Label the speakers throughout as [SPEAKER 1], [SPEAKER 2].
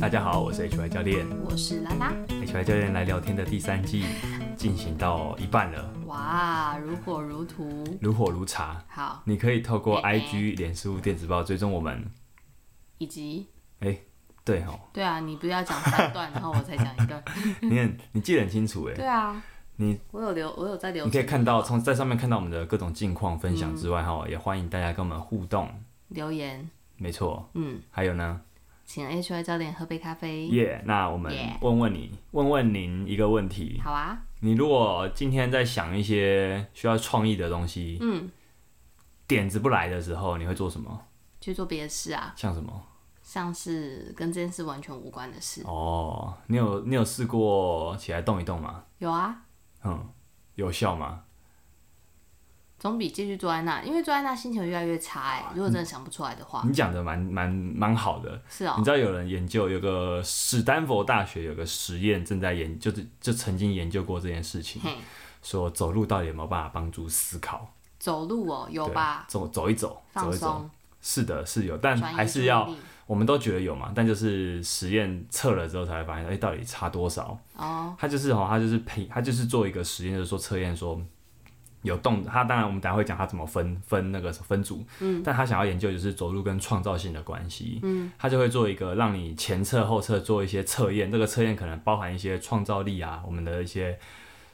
[SPEAKER 1] 大家好，我是 HY 教练
[SPEAKER 2] 我是拉拉。
[SPEAKER 1] ，HY 教练来聊天的第三季进行到一半了，
[SPEAKER 2] 哇，如火如荼。
[SPEAKER 1] 如火如茶。
[SPEAKER 2] 好，
[SPEAKER 1] 你可以透过
[SPEAKER 2] 哎
[SPEAKER 1] IG、脸书、电子报追踪我们。
[SPEAKER 2] 以及
[SPEAKER 1] 哎，对哦，
[SPEAKER 2] 对啊，你不是要讲三段，然后我才讲一段。
[SPEAKER 1] 你很你记得很清楚哎，
[SPEAKER 2] 嗯对啊，
[SPEAKER 1] 你
[SPEAKER 2] 我有留，我有嗯在留。
[SPEAKER 1] 你可以看到从在上面看到我们的各种近况分享之外哈、也欢迎大家跟我们互动。
[SPEAKER 2] 留言，
[SPEAKER 1] 没错，
[SPEAKER 2] 嗯，
[SPEAKER 1] 还有呢，
[SPEAKER 2] 请 H Y 教练喝杯咖啡。
[SPEAKER 1] 耶、那我们
[SPEAKER 2] Yeah
[SPEAKER 1] 问问你，问问您一个问题：
[SPEAKER 2] 好啊，
[SPEAKER 1] 你如果今天在想一些需要创意的东西，
[SPEAKER 2] 嗯，
[SPEAKER 1] 点子不来的时候，你会做什么？
[SPEAKER 2] 去做别的事啊，
[SPEAKER 1] 像什么？
[SPEAKER 2] 像是跟这件事完全无关的事。
[SPEAKER 1] 哦，你有你有试过起来动一动吗？
[SPEAKER 2] 有啊，
[SPEAKER 1] 嗯，有效吗？
[SPEAKER 2] 总比继续坐在那，因为坐在那心情会越来越差哎、如果真的想不出来的话，
[SPEAKER 1] 你讲的蛮蛮蛮好的。
[SPEAKER 2] 是哦
[SPEAKER 1] 你，知道有人研究，有个史丹佛大学有个实验正在研，就是就曾经研究过这件事情，
[SPEAKER 2] 嘿，
[SPEAKER 1] 说走路到底有没有办法帮助思考？
[SPEAKER 2] 走路哦，有
[SPEAKER 1] 对
[SPEAKER 2] 吧？
[SPEAKER 1] 走走一走，
[SPEAKER 2] 放
[SPEAKER 1] 走一走，
[SPEAKER 2] 松，
[SPEAKER 1] 是的，是有，但
[SPEAKER 2] 转移
[SPEAKER 1] 还是
[SPEAKER 2] 注意
[SPEAKER 1] 要，
[SPEAKER 2] 力
[SPEAKER 1] 我们都觉得有嘛，但就是实验测了之后才会发现，哎、到底差多少？
[SPEAKER 2] 哦，
[SPEAKER 1] 他就是哦，他就是配，他就是做一个实验，就是说测验说有动，他当然我们等一下会讲他怎么分分那个分组，嗯，但他想要研究就是走路跟创造性的关系，嗯，他就会做一个让你前侧后侧做一些测验，这个测验可能包含一些创造力啊，我们的一些。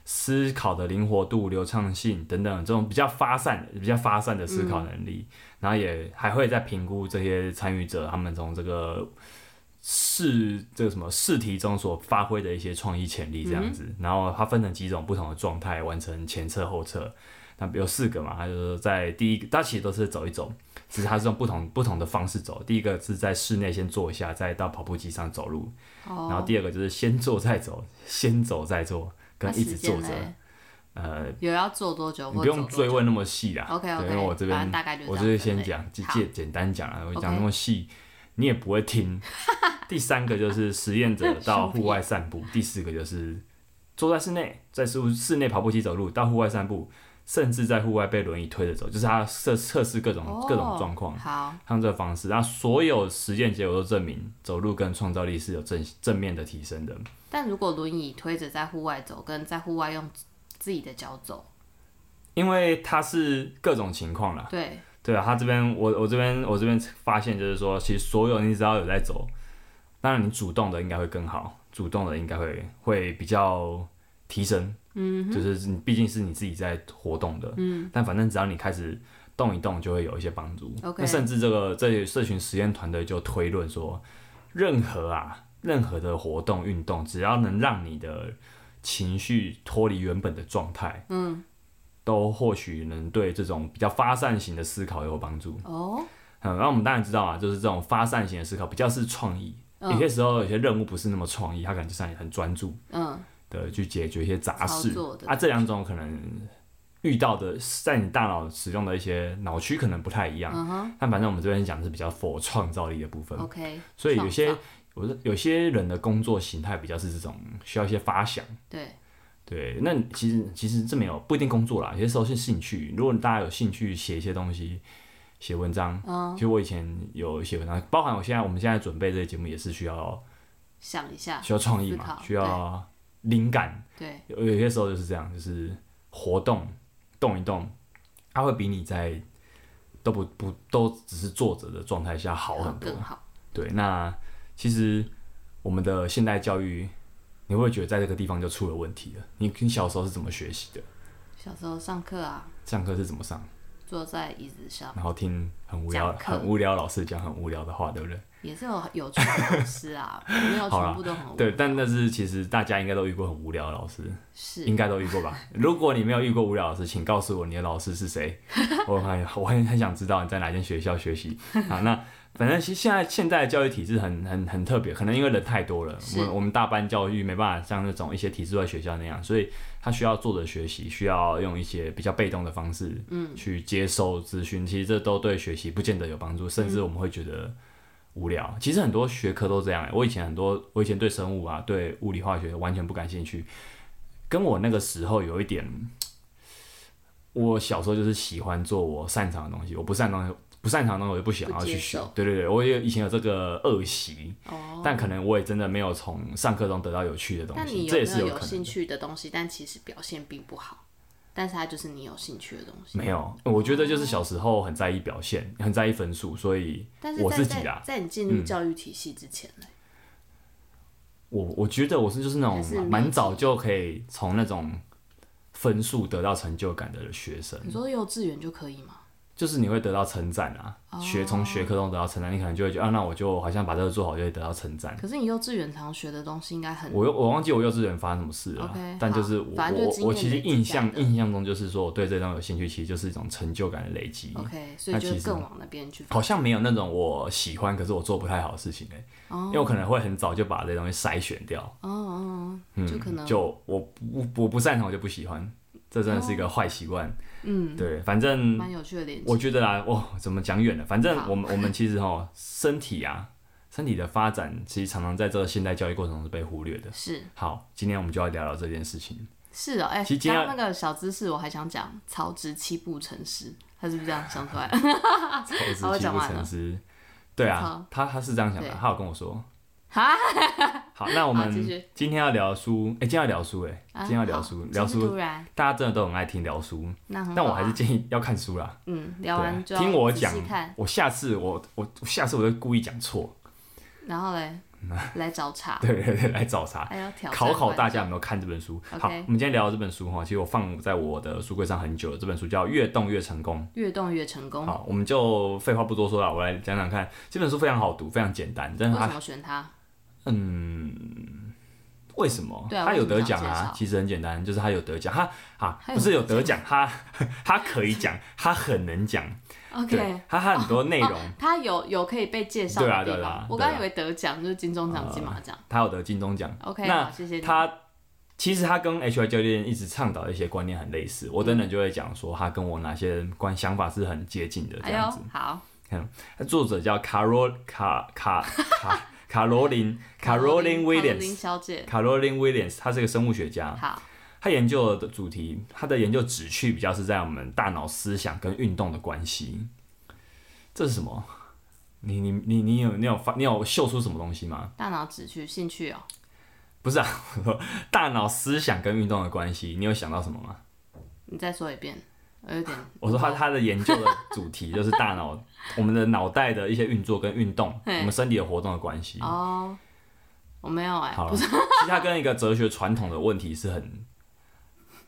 [SPEAKER 1] 思考的灵活度、流畅性等等，这种比较发散、比较发散的思考能力，然后也还会再评估这些参与者他们从这个试这个什么试题中所发挥的一些创意潜力这样子，然后它分成几种不同的状态完成前测后测，那有四个嘛，它就是说在第一个，它其实都是走一走，只是它是用不同不同的方式走。第一个是在室内先坐一下，再到跑步机上走路，然后
[SPEAKER 2] 哦，
[SPEAKER 1] 第二个就是先坐再走，先走再坐，跟
[SPEAKER 2] 那
[SPEAKER 1] 一
[SPEAKER 2] 时
[SPEAKER 1] 直
[SPEAKER 2] 间
[SPEAKER 1] 坐着，
[SPEAKER 2] 嘞
[SPEAKER 1] 呃，
[SPEAKER 2] 有要做多久
[SPEAKER 1] 你
[SPEAKER 2] 或
[SPEAKER 1] 不用
[SPEAKER 2] 走多
[SPEAKER 1] 追
[SPEAKER 2] 久
[SPEAKER 1] 问那么细啦。
[SPEAKER 2] OK，OK，
[SPEAKER 1] 对因为我这
[SPEAKER 2] 反
[SPEAKER 1] 边
[SPEAKER 2] 正大概就这
[SPEAKER 1] 我
[SPEAKER 2] 样
[SPEAKER 1] 是
[SPEAKER 2] 分类
[SPEAKER 1] 先讲简
[SPEAKER 2] 好
[SPEAKER 1] 简简单讲啊，我
[SPEAKER 2] OK
[SPEAKER 1] 讲那么细你也不会听。 第三个就是实验 者到户外散步，第四个就是坐在室内，在室室内跑步机走路，到户外散步，甚至在户外被轮椅推着走，就是他测测试各种、
[SPEAKER 2] 哦
[SPEAKER 1] 各种状况。
[SPEAKER 2] 好，
[SPEAKER 1] 像这个方式，那所有实验结果都证明，走路跟创造力是有正正面的提升的。
[SPEAKER 2] 但如果轮椅推着在户外走，跟在户外用自己的脚走，
[SPEAKER 1] 因为它是各种情况啦，
[SPEAKER 2] 对，
[SPEAKER 1] 对啊，他这边我我这边我这边发现就是说，其实所有你只要有在走，当然你主动的应该会更好，主动的应该会会比较提升，嗯，就是你毕竟是你自己在活动的，嗯，但反正只要你开始动一动，就会有一些帮助。
[SPEAKER 2] OK
[SPEAKER 1] 那甚至这个这这群实验团队就推论说，任何啊任何的活动运动，只要能让你的情绪脱离原本的状态，嗯，都或许能对这种比较发散型的思考有帮助。
[SPEAKER 2] 哦，
[SPEAKER 1] 嗯，那我们当然知道啊，就是这种发散型的思考比较是创意，
[SPEAKER 2] 嗯
[SPEAKER 1] 有些时候有些任务不是那么创意，它可能就是让你很专注
[SPEAKER 2] 嗯，
[SPEAKER 1] 的去解决一些杂事
[SPEAKER 2] 操作的
[SPEAKER 1] 啊。这两种可能遇到的在你大脑使用的一些脑区可能不太一样，
[SPEAKER 2] 嗯哼
[SPEAKER 1] 但反正我们这边讲的是比较 for 创造力的部分，
[SPEAKER 2] ，OK，
[SPEAKER 1] 所以有些
[SPEAKER 2] 创造
[SPEAKER 1] 我说有些人的工作形态比较是这种需要一些发想。
[SPEAKER 2] 对，
[SPEAKER 1] 对，那你其实其实这没有不一定工作啦，有些时候是兴趣。如果大家有兴趣写一些东西，写文章，
[SPEAKER 2] 嗯，
[SPEAKER 1] 其实我以前有写文章，包含我现在我们现在准备这个节目也是需要
[SPEAKER 2] 想一下，
[SPEAKER 1] 需要创意
[SPEAKER 2] 啊思
[SPEAKER 1] 嘛，
[SPEAKER 2] 考
[SPEAKER 1] 需要灵感。
[SPEAKER 2] 对，
[SPEAKER 1] 有有些时候就是这样，就是活动动一动，它会比你在都不不都只是坐着的状态下好
[SPEAKER 2] 然后
[SPEAKER 1] 很多。
[SPEAKER 2] 更好，
[SPEAKER 1] 对，那其实我们的现代教育，你会不会觉得在这个地方就出了问题了？你你小时候是怎么学习的？
[SPEAKER 2] 小时候上课啊，
[SPEAKER 1] 上课是怎么上？
[SPEAKER 2] 坐在椅子上，
[SPEAKER 1] 然后听很无聊、
[SPEAKER 2] 讲课
[SPEAKER 1] 很无聊老师讲很无聊的话，对不对？
[SPEAKER 2] 也是有有趣的老 师啊，没有
[SPEAKER 1] 好啦
[SPEAKER 2] 全部都很无
[SPEAKER 1] 对，
[SPEAKER 2] 聊
[SPEAKER 1] 但那是其实大家应该都遇过很无聊的老师，应
[SPEAKER 2] 是
[SPEAKER 1] 该都遇 过吧？如果你没有遇过无聊老师，请告诉我你的老师是 谁，我很我很很想知道你在哪间学校学习啊。那反正其实现在现在的教育体制很很很特别，可能因为人太多了，
[SPEAKER 2] 是
[SPEAKER 1] 我们我们大班教育没办法像那种一些体制外学校那样，所以他需要坐着学习，需要用一些比较被动的方式，嗯，去接收资讯。其实这都对学习不见得有帮助，甚
[SPEAKER 2] 嗯
[SPEAKER 1] 至我们会觉得。无聊，其实很多学科都这样、欸。我以前很多，我以前对生物啊，对物理化学完全不感兴趣，跟我那个时候有一点，我小时候就是喜欢做我擅长的东西，我不擅长的不擅长的我就不想要
[SPEAKER 2] 不接
[SPEAKER 1] 去学
[SPEAKER 2] 受。
[SPEAKER 1] 对对对，我也以前有这个恶习，
[SPEAKER 2] 哦，
[SPEAKER 1] 但可能我也真的没有从上课中得到有趣的东
[SPEAKER 2] 那
[SPEAKER 1] 西，
[SPEAKER 2] 你有
[SPEAKER 1] 这
[SPEAKER 2] 没
[SPEAKER 1] 也是
[SPEAKER 2] 有
[SPEAKER 1] 可能
[SPEAKER 2] 兴
[SPEAKER 1] 的。
[SPEAKER 2] 趣的东西，但其实表现并不好，但是它就是你有兴趣的东西。
[SPEAKER 1] 没有，我觉得就是小时候很在意表现，很在意分数，所以
[SPEAKER 2] 但是
[SPEAKER 1] 我
[SPEAKER 2] 在
[SPEAKER 1] 自己
[SPEAKER 2] 在
[SPEAKER 1] 啊，
[SPEAKER 2] 在你进入教育体系之前呢，
[SPEAKER 1] 我我觉得我是就是那
[SPEAKER 2] 还是
[SPEAKER 1] 种
[SPEAKER 2] 没
[SPEAKER 1] 蛮
[SPEAKER 2] 有
[SPEAKER 1] 早就可以从那种分数得到成就感的学生，
[SPEAKER 2] 你说幼稚园就可以吗？
[SPEAKER 1] 就是你会得到称赞啊，
[SPEAKER 2] 哦
[SPEAKER 1] 学从学科中得到称赞，你可能就会觉得啊，那我就好像把这个做好就会得到称赞。
[SPEAKER 2] 可是你幼稚园常学的东西应该很
[SPEAKER 1] 我又我忘记我幼稚园发生什么事了啦
[SPEAKER 2] OK，
[SPEAKER 1] 但就是
[SPEAKER 2] 好
[SPEAKER 1] 我
[SPEAKER 2] 反正就
[SPEAKER 1] 我
[SPEAKER 2] 经
[SPEAKER 1] 我
[SPEAKER 2] 验
[SPEAKER 1] 其实
[SPEAKER 2] 累积
[SPEAKER 1] 印
[SPEAKER 2] 下来
[SPEAKER 1] 象
[SPEAKER 2] 的
[SPEAKER 1] 印象中就是说我对这张有兴趣，其实就是一种成就感的累积。
[SPEAKER 2] OK，所以
[SPEAKER 1] 那
[SPEAKER 2] 就
[SPEAKER 1] 其实
[SPEAKER 2] 更往那边去发展。
[SPEAKER 1] 好像没有那种我喜欢可是我做不太好的事情哎、因为我可能会很早就把这东西筛选掉，
[SPEAKER 2] 哦哦，哦
[SPEAKER 1] 嗯，
[SPEAKER 2] 就可能
[SPEAKER 1] 就我不我不擅长我就不喜欢，这真的是一个坏习惯。
[SPEAKER 2] 哦嗯，
[SPEAKER 1] 对，反正
[SPEAKER 2] 蛮有趣的连接。
[SPEAKER 1] 我觉得啦，哇，怎么讲远了？反正
[SPEAKER 2] 好
[SPEAKER 1] 我们我们其实哦，身体啊， 身体的发展其实常常在这个现代教育过程中是被忽略的。
[SPEAKER 2] 是
[SPEAKER 1] 好，今天我们就要聊聊这件事情。
[SPEAKER 2] 是哦，哎、
[SPEAKER 1] 其实今
[SPEAKER 2] 刚
[SPEAKER 1] 天
[SPEAKER 2] 刚那个小知识我还想讲，曹植七步成诗，他是不是这样想出 来？
[SPEAKER 1] 超知
[SPEAKER 2] 啊好我
[SPEAKER 1] 其
[SPEAKER 2] 讲
[SPEAKER 1] 不
[SPEAKER 2] 完
[SPEAKER 1] 成
[SPEAKER 2] 了
[SPEAKER 1] 之。对啊
[SPEAKER 2] 好，
[SPEAKER 1] 他他是这样想的
[SPEAKER 2] 对，
[SPEAKER 1] 他有跟我说。
[SPEAKER 2] 哈，
[SPEAKER 1] 好，那我们
[SPEAKER 2] 好继续
[SPEAKER 1] 今天要聊书，哎、今天要聊书、哎、
[SPEAKER 2] 啊
[SPEAKER 1] 今天要聊
[SPEAKER 2] 好
[SPEAKER 1] 书，
[SPEAKER 2] 真
[SPEAKER 1] 聊
[SPEAKER 2] 是突
[SPEAKER 1] 书，
[SPEAKER 2] 然，
[SPEAKER 1] 大家真的都很爱听聊书，
[SPEAKER 2] 那很好、啊。
[SPEAKER 1] 但我还是建议要看书啦。
[SPEAKER 2] 嗯，
[SPEAKER 1] 对
[SPEAKER 2] 聊
[SPEAKER 1] 啊
[SPEAKER 2] 完，就要
[SPEAKER 1] 听我
[SPEAKER 2] 仔细
[SPEAKER 1] 讲
[SPEAKER 2] 看，，
[SPEAKER 1] 我下次我我我下次我就故意讲错，
[SPEAKER 2] 然 后嘞，来找茬，
[SPEAKER 1] 对 对对，来找茬。
[SPEAKER 2] 还要挑战
[SPEAKER 1] 考考
[SPEAKER 2] 观
[SPEAKER 1] 大
[SPEAKER 2] 众
[SPEAKER 1] 家有没有看这本书。
[SPEAKER 2] OK
[SPEAKER 1] 好，我们今天聊的这本书哈，其实我放在我的书柜上很久了。这本书叫《越动越成功
[SPEAKER 2] 越动越成》。功。
[SPEAKER 1] 好，我们就废话不多说了，我来讲讲看。这本书非常好读，非常简单，但
[SPEAKER 2] 为
[SPEAKER 1] 是
[SPEAKER 2] 什
[SPEAKER 1] 它
[SPEAKER 2] 么选它？
[SPEAKER 1] 为什么
[SPEAKER 2] 对啊
[SPEAKER 1] 它有得
[SPEAKER 2] 为
[SPEAKER 1] 奖
[SPEAKER 2] 什么想介
[SPEAKER 1] 啊
[SPEAKER 2] 绍？
[SPEAKER 1] 其实很简单，就是它有得奖，它啊
[SPEAKER 2] 它有
[SPEAKER 1] 不是有得奖，它它可以讲，它很能讲，对
[SPEAKER 2] OK，，哦
[SPEAKER 1] 它它很多内容。
[SPEAKER 2] 它有有可以被介绍
[SPEAKER 1] 对啊
[SPEAKER 2] 的
[SPEAKER 1] 对啊
[SPEAKER 2] 地
[SPEAKER 1] 对啊
[SPEAKER 2] 方。我刚刚以为得奖就是金钟奖、
[SPEAKER 1] 呃
[SPEAKER 2] 金马奖。
[SPEAKER 1] 他有得金钟奖。
[SPEAKER 2] OK，
[SPEAKER 1] 那
[SPEAKER 2] 好谢谢你
[SPEAKER 1] 他其实他跟 HY 教练一直倡导的一些观念很类似，我等
[SPEAKER 2] 嗯
[SPEAKER 1] 等就会讲说他跟我哪些观想法是很接近的这
[SPEAKER 2] 哎
[SPEAKER 1] 样
[SPEAKER 2] 呦
[SPEAKER 1] 子。，
[SPEAKER 2] 好，
[SPEAKER 1] 那作者叫卡罗卡卡 卡卡罗琳卡罗琳威
[SPEAKER 2] 卡罗琳
[SPEAKER 1] 廉斯
[SPEAKER 2] 小姐，
[SPEAKER 1] 卡罗琳威廉斯，他是个生物学家，
[SPEAKER 2] 好，
[SPEAKER 1] 他研究的主题，他的研究旨趣比较是在我们大脑思想跟运动的关系。这是什么？你你你你有你有发你有秀出什么东西吗？
[SPEAKER 2] 大脑只去兴趣哦，
[SPEAKER 1] 不是啊，我说大脑思想跟运动的关系，你有想到什么吗？
[SPEAKER 2] 你再说一遍，我有点
[SPEAKER 1] 我说他他的研究的主题就是大脑，我们的脑袋的一些运作跟运动，
[SPEAKER 2] 嘿
[SPEAKER 1] 我们身体的活动的关系。
[SPEAKER 2] 哦，我没有哎，
[SPEAKER 1] 好了，其实它跟一个哲学传统的问题是很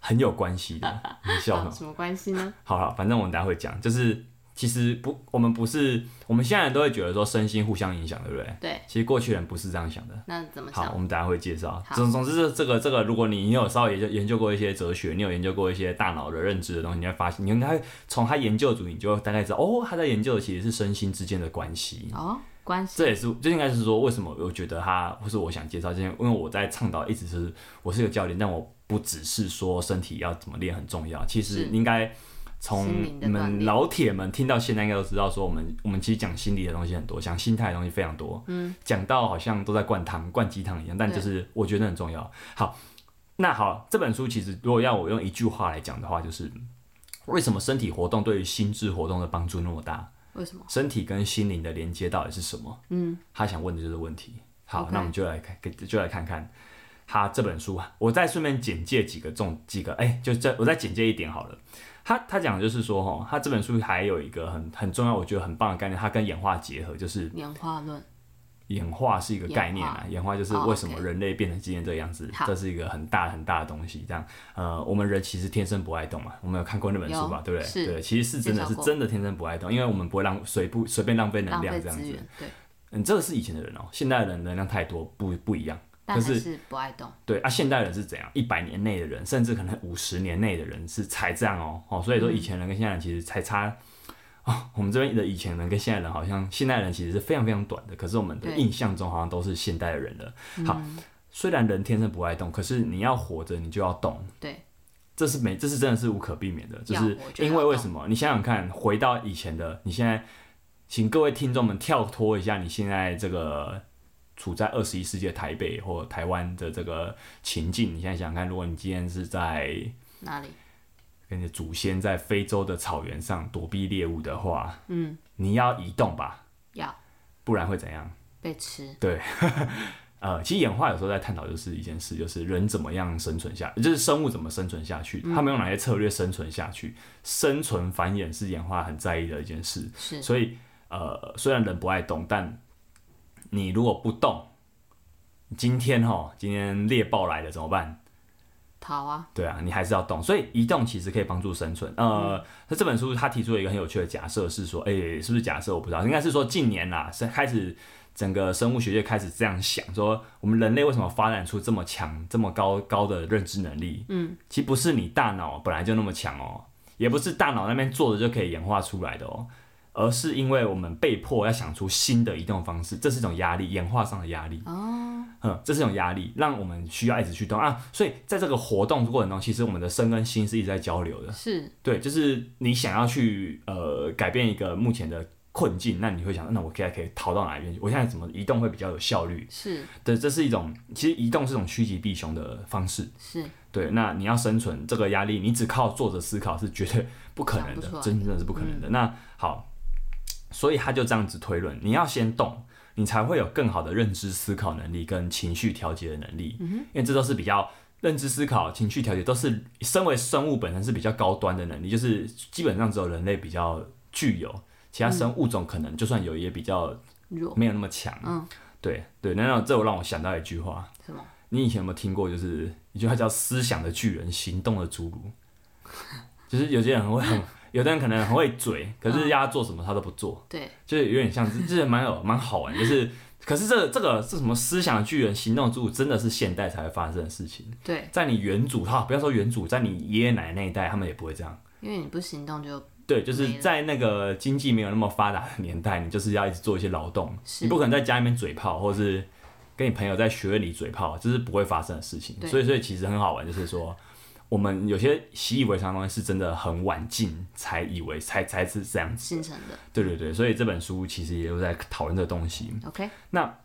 [SPEAKER 1] 很有关系 的。你笑什
[SPEAKER 2] 好
[SPEAKER 1] 么？
[SPEAKER 2] 什么关系呢？
[SPEAKER 1] 好了，反正我们等一下会讲，就是其实不，我们不是我们现在人都会觉得说身心互相影响，对不对？
[SPEAKER 2] 对，
[SPEAKER 1] 其实过去人不是这样想的。
[SPEAKER 2] 那怎么
[SPEAKER 1] 好，
[SPEAKER 2] 想？
[SPEAKER 1] 我们等一下会介绍。
[SPEAKER 2] 好
[SPEAKER 1] 总总之，这这个这个，如果你有稍微研究研究过一些哲学，你有研究过一些大脑的认知的东西，你会发现，你应该从他研究组，你就大概知道，哦，他在研究的其实是身心之间的关系。
[SPEAKER 2] 哦，关系
[SPEAKER 1] 这也是，这应该是说，为什么我觉得他，或是我想介绍这些，因为我在倡导一直是，我是个教练，但我不只是说身体要怎么练很重要，其实
[SPEAKER 2] 是
[SPEAKER 1] 应该从
[SPEAKER 2] 心灵
[SPEAKER 1] 你
[SPEAKER 2] 的锻
[SPEAKER 1] 们
[SPEAKER 2] 炼
[SPEAKER 1] 老铁们听到现在应该都知道，说我们我们其实讲心理的东西很多，讲心态的东西非常多，嗯，讲到好像都在灌汤、灌鸡汤一样，但
[SPEAKER 2] 对
[SPEAKER 1] 就是我觉得很重要。好，那好，这本书其实如果要我用一句话来讲的话，就是为什么身体活动对于心智活动的帮助那么大？
[SPEAKER 2] 为什么？
[SPEAKER 1] 身体跟心灵的连接到底是什么？嗯，他想问的就是问题。好
[SPEAKER 2] OK
[SPEAKER 1] 那我们就来看，给就来看看他这本书啊。我再顺便简介几个重几个，哎、就这我再简介一点好了。他他讲的就是说，哈，他这本书还有一个很很重要，我觉得很棒的概念，它跟演化结合，就是
[SPEAKER 2] 演化论，
[SPEAKER 1] 演化是一个概念啊，演化就是为什么
[SPEAKER 2] 哦，OK
[SPEAKER 1] 人类变成今天这个样子，
[SPEAKER 2] 好
[SPEAKER 1] 这是一个很大很大的东西。这样，呃，我们人其实天生不爱动嘛，我们有看过那本书吧
[SPEAKER 2] 有，
[SPEAKER 1] 对不对？
[SPEAKER 2] 是
[SPEAKER 1] 对，其实是真的
[SPEAKER 2] 介
[SPEAKER 1] 是
[SPEAKER 2] 绍过
[SPEAKER 1] 真的天生不爱动，因为我们不会浪随不随便浪费能
[SPEAKER 2] 浪
[SPEAKER 1] 量
[SPEAKER 2] 费
[SPEAKER 1] 这样
[SPEAKER 2] 资
[SPEAKER 1] 子。
[SPEAKER 2] 源，对，
[SPEAKER 1] 嗯，这个是以前的人哦、现代人能量太多，不不一样。
[SPEAKER 2] 但还
[SPEAKER 1] 可是
[SPEAKER 2] 是不爱动，
[SPEAKER 1] 对啊，现代人是怎样？一百年内的人，甚至可能五十年内的人是才这样哦、哦，所以说以前人跟现代人其实才差。哦，我们这边的以前人跟现代人好像，现代人其实是非常非常短的，可是我们的
[SPEAKER 2] 对
[SPEAKER 1] 印象中好像都是现代的人了。好，虽然人天生不爱动，可是你要活着，你就要动，
[SPEAKER 2] 对，
[SPEAKER 1] 这是没，这是真的是无可避免的，就
[SPEAKER 2] 要
[SPEAKER 1] 是
[SPEAKER 2] 活就
[SPEAKER 1] 因
[SPEAKER 2] 要
[SPEAKER 1] 为为
[SPEAKER 2] 动
[SPEAKER 1] 什么？你想想看，回到以前的，你现在，请各位听众们跳脱一下，你现在这个处在二十一世纪的台北或台湾的这个情境，你现在想想看，如果你今天是在
[SPEAKER 2] 哪里？
[SPEAKER 1] 跟你的祖先在非洲的草原上躲避猎物的话，嗯，你要移动吧，
[SPEAKER 2] 要
[SPEAKER 1] 不然会怎样？
[SPEAKER 2] 被吃，
[SPEAKER 1] 呃，其实演化有时候在探讨就是一件事，就是人怎么样生存下，就是生物怎么生存下去，他们用哪些策略生存下去，生存繁衍是演化很在意的一件事。
[SPEAKER 2] 是
[SPEAKER 1] 所以呃，虽然人不爱动，但你如果不动，今天哈，今天猎豹来了怎么办？
[SPEAKER 2] 逃啊，
[SPEAKER 1] 对啊，你还是要动，所以移动其实可以帮助生存。呃，那、这本书他提出了一个很有趣的假设，是说，哎、是不是假设我不知道，应该是说近年啦，是开始整个生物学界开始这样想，说我们人类为什么发展出这么强、这么高高的认知能力？嗯，其实不是你大脑本来就那么强哦，也不是大脑那边坐着就可以演化出来的哦，而是因为我们被迫要想出新的移动方式，这是一种压力，演化上的压力。嗯，这是一种压力，让我们需要一直去动啊。所以在这个活动过程中，其实我们的身跟心是一直在交流的。
[SPEAKER 2] 是
[SPEAKER 1] 对，就是你想要去呃改变一个目前的困境，那你会想，那我现在可以逃到哪里边去？我现在怎么移动会比较有效率？
[SPEAKER 2] 是
[SPEAKER 1] 对，这是一种其实移动是一种趋吉避凶的方式。
[SPEAKER 2] 是，
[SPEAKER 1] 对，那你要生存这个压力，你只靠坐着思考是绝对 不可能
[SPEAKER 2] 想不
[SPEAKER 1] 的
[SPEAKER 2] 出，来嗯
[SPEAKER 1] 真正是不可能的。那好，所以他就这样子推论，你要先动，你才会有更好的认知思考能力跟情绪调节的能力，
[SPEAKER 2] 嗯
[SPEAKER 1] 因为这都是比较。认知思考、情绪调节都是身为生物本身是比较高端的能力，就是基本上只有人类比较具有，其
[SPEAKER 2] 嗯
[SPEAKER 1] 他生物种可能就算有也比较
[SPEAKER 2] 弱
[SPEAKER 1] 没有那么强。
[SPEAKER 2] 嗯，
[SPEAKER 1] 对对，那让这我让我想到一句话，
[SPEAKER 2] 什么？
[SPEAKER 1] 你以前有没有听过，就是一句话叫“思想的巨人，行动的侏儒”， 就是有些人很会很，有的人可能很会嘴，可是要他做什么他都不做，
[SPEAKER 2] 对，
[SPEAKER 1] 就是有点像，就是蛮有蛮好玩，就是可是这这个是什么思想的巨人，行动的侏儒，真的是现代才会发生的事情，
[SPEAKER 2] 对，
[SPEAKER 1] 在你原祖哈，不要说原祖，在你爷爷奶奶那一代，他们也不会这样。
[SPEAKER 2] 因为你不行动就
[SPEAKER 1] 对，就是
[SPEAKER 2] 没了
[SPEAKER 1] 在那个经济没有那么发达的年代，你就是要一直做一些劳动，
[SPEAKER 2] 是
[SPEAKER 1] 你不可能在家里面嘴炮，或是跟你朋友在学院里嘴炮，这是不会发生的事情。
[SPEAKER 2] 对
[SPEAKER 1] 所以，所以其实很好玩，就是说我们有些习以为常的东西，是真的很晚近才以为才才是这样子
[SPEAKER 2] 形
[SPEAKER 1] 的。
[SPEAKER 2] 成的。
[SPEAKER 1] 对对对，所以这本书其实也有在讨论这个东西。
[SPEAKER 2] OK，
[SPEAKER 1] 他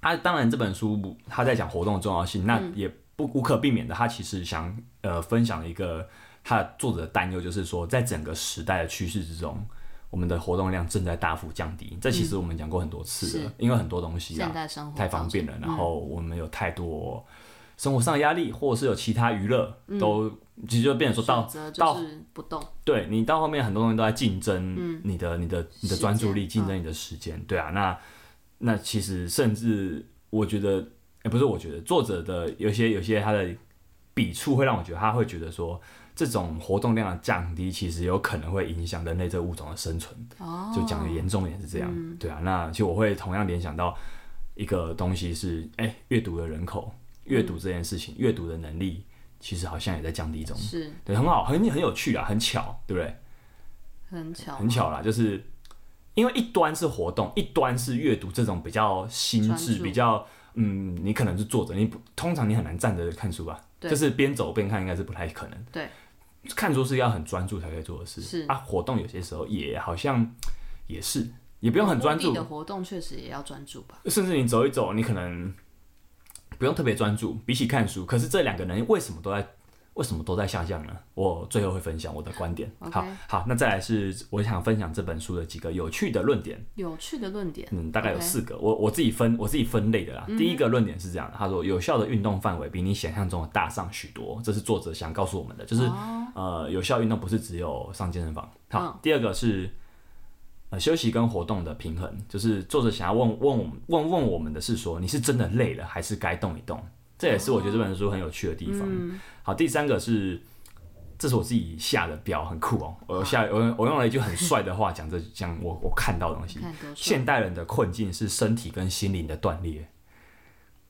[SPEAKER 1] 啊当然这本书他在讲活动的重要性，那
[SPEAKER 2] 嗯
[SPEAKER 1] 也不无可避免的，他其实想呃分享一个他的作者的担忧，就是说在整个时代的趋势之中，我们的活动量正在大幅降低。这其实我们讲过很多次了，
[SPEAKER 2] 是
[SPEAKER 1] 因为很多东西
[SPEAKER 2] 现嗯
[SPEAKER 1] 啊
[SPEAKER 2] 代生活
[SPEAKER 1] 太方
[SPEAKER 2] 方式
[SPEAKER 1] 便了，然后我们有太多生活上的压力，或者是有其他娱乐，
[SPEAKER 2] 嗯
[SPEAKER 1] 都其实就变成说到
[SPEAKER 2] 选择
[SPEAKER 1] 到
[SPEAKER 2] 就是不动，
[SPEAKER 1] 对你到后面很多东西都在竞争你的、你的你的
[SPEAKER 2] 嗯时
[SPEAKER 1] 专注
[SPEAKER 2] 间嗯
[SPEAKER 1] 力，竞争你的时间，对啊，那那其实甚至我觉得，也不是我觉得作者的有些有些他的笔触会让我觉得他会觉得说，这种活动量的降低，其实有可能会影响人类这个物种的生存。
[SPEAKER 2] 哦，嗯
[SPEAKER 1] 就讲的严重一点是这样，对啊。那其实我会同样联想到一个东西是，哎、阅读的人口，阅读这件事情，阅读的能力，其实好像也在降低中。
[SPEAKER 2] 是
[SPEAKER 1] 对，很好，很很有趣啊，很巧，对不对？
[SPEAKER 2] 很巧，
[SPEAKER 1] 很巧啦，就是因为一端是活动，一端是阅读这种比较心
[SPEAKER 2] 专
[SPEAKER 1] 智、
[SPEAKER 2] 注
[SPEAKER 1] 比较嗯，你可能是坐着，你不通常你很难站着看书吧，
[SPEAKER 2] 对
[SPEAKER 1] 就是边走边看应该是不太可能。
[SPEAKER 2] 对，
[SPEAKER 1] 看书是要很专注才可以做的事，
[SPEAKER 2] 是
[SPEAKER 1] 啊，活动有些时候也好像也是，也不用很专
[SPEAKER 2] 目
[SPEAKER 1] 注
[SPEAKER 2] 的，的活动，确实也要专注吧。
[SPEAKER 1] 甚至你走一走，你可能不用特别专注，比起看书，可是这两个人为什么都在为什么都在下降呢？我最后会分享我的观点。
[SPEAKER 2] OK
[SPEAKER 1] 好好，那再来是我想分享这本书的几个有趣的论点，
[SPEAKER 2] 有趣的论点，
[SPEAKER 1] 嗯，大概有
[SPEAKER 2] OK 嗯
[SPEAKER 1] 四个我我自己分我自己分类的啦。第一个论点是这样的，他说有效的运动范围比你想象中的大上许多，这是作者想告诉我们的，就是、
[SPEAKER 2] 哦
[SPEAKER 1] 呃，有效运动不是只有上健身房。好，
[SPEAKER 2] 嗯
[SPEAKER 1] 第二个是呃休息跟活动的平衡，就是作者想要问问我们问问我们的是说，你是真的累了，还是该动一动？这也是我觉得这本书很有趣的地方。
[SPEAKER 2] 嗯
[SPEAKER 1] 好，第三个是，这是我自己下的标，很酷哦。我
[SPEAKER 2] 嗯
[SPEAKER 1] 下我我用了一句很帅的话讲这讲我我看到的东西
[SPEAKER 2] 你。看多帅
[SPEAKER 1] 现代人的困境是身体跟心灵的断裂，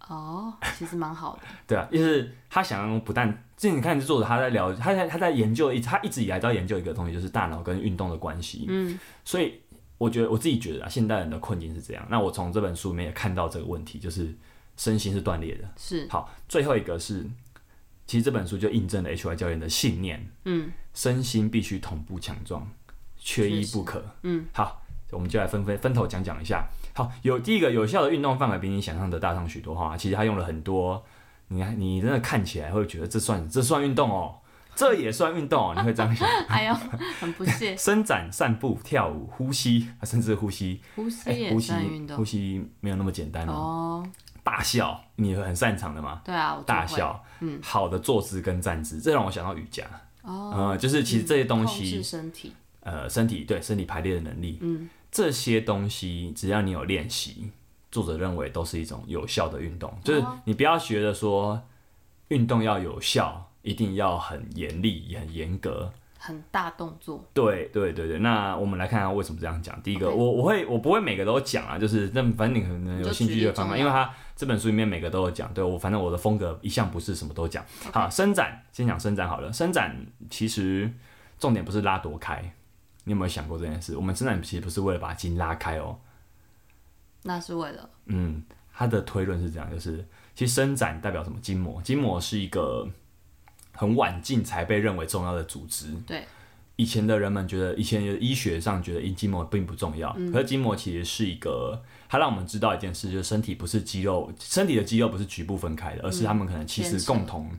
[SPEAKER 2] 哦，其实蛮好的，
[SPEAKER 1] 对啊，就是他想要不但，就你看作者他在聊，他在他在研究一，他一直以来都在研究一个东西，就是大脑跟运动的关系。嗯，所以我觉得我自己觉得啊，现代人的困境是这样。那我从这本书里面也看到这个问题，就是身心是断裂的。
[SPEAKER 2] 是
[SPEAKER 1] 好，最后一个是，其实这本书就印证了 HY 教练的信念，
[SPEAKER 2] 嗯，
[SPEAKER 1] 身心必须同步强壮，缺一
[SPEAKER 2] 确实
[SPEAKER 1] 不可，嗯，好，我们就来分分分头讲讲一下。好，有第一个有效的运动范围比你想象的大上许多哈，其实他用了很多，你看你真的看起来会觉得这算这算运动哦，这也算运动哦，你会这样 想？
[SPEAKER 2] 哎呦，很 不屑。
[SPEAKER 1] 伸展、散步、跳舞、呼吸，啊甚至呼吸，
[SPEAKER 2] 呼吸
[SPEAKER 1] 哎、
[SPEAKER 2] 也
[SPEAKER 1] 呼吸
[SPEAKER 2] 算运
[SPEAKER 1] 呼
[SPEAKER 2] 动
[SPEAKER 1] 吸没有那么简单哦。
[SPEAKER 2] 哦，
[SPEAKER 1] 大笑，你很擅长的嘛？
[SPEAKER 2] 对啊，我就
[SPEAKER 1] 大
[SPEAKER 2] 会
[SPEAKER 1] 笑，嗯，好的坐姿跟站姿，这让我想到瑜伽。
[SPEAKER 2] 哦，
[SPEAKER 1] 呃，就是其实这些东
[SPEAKER 2] 控制
[SPEAKER 1] 西，
[SPEAKER 2] 身体，
[SPEAKER 1] 呃，身体对身体排列的能力，
[SPEAKER 2] 嗯，
[SPEAKER 1] 这些东西只要你有练习，作者认为都是一种有效的运动。就是你不要觉得说运动要有效，一定要很严厉、很严格。
[SPEAKER 2] 很大动作，
[SPEAKER 1] 对对对对，那我们来看看为什么这样讲。第一个
[SPEAKER 2] OK
[SPEAKER 1] 我我会我不会每个都讲啊，就是那反正你可能有兴趣就看
[SPEAKER 2] 你就举例重要
[SPEAKER 1] 看，因为他这本书里面每个都有讲。对我反正我的风格一向不是什么都讲。好，伸展先讲伸展好了，伸展其实重点不是拉多开，你有没有想过这件事？我们伸展其实不是为了把筋拉开哦，
[SPEAKER 2] 那是为了
[SPEAKER 1] 嗯，他的推论是这样，就是其实伸展代表什么？筋膜，筋膜是一个很晚近才被认为重要的组织。
[SPEAKER 2] 对，
[SPEAKER 1] 以前的人们觉得，以前的医学上觉得筋膜并不重要，
[SPEAKER 2] 嗯
[SPEAKER 1] 可是筋膜其实是一个，它让我们知道一件事，就是身体不是肌肉，身体的肌肉不是局部分开
[SPEAKER 2] 嗯
[SPEAKER 1] 的，而是他们可能其实
[SPEAKER 2] 牵扯
[SPEAKER 1] 共同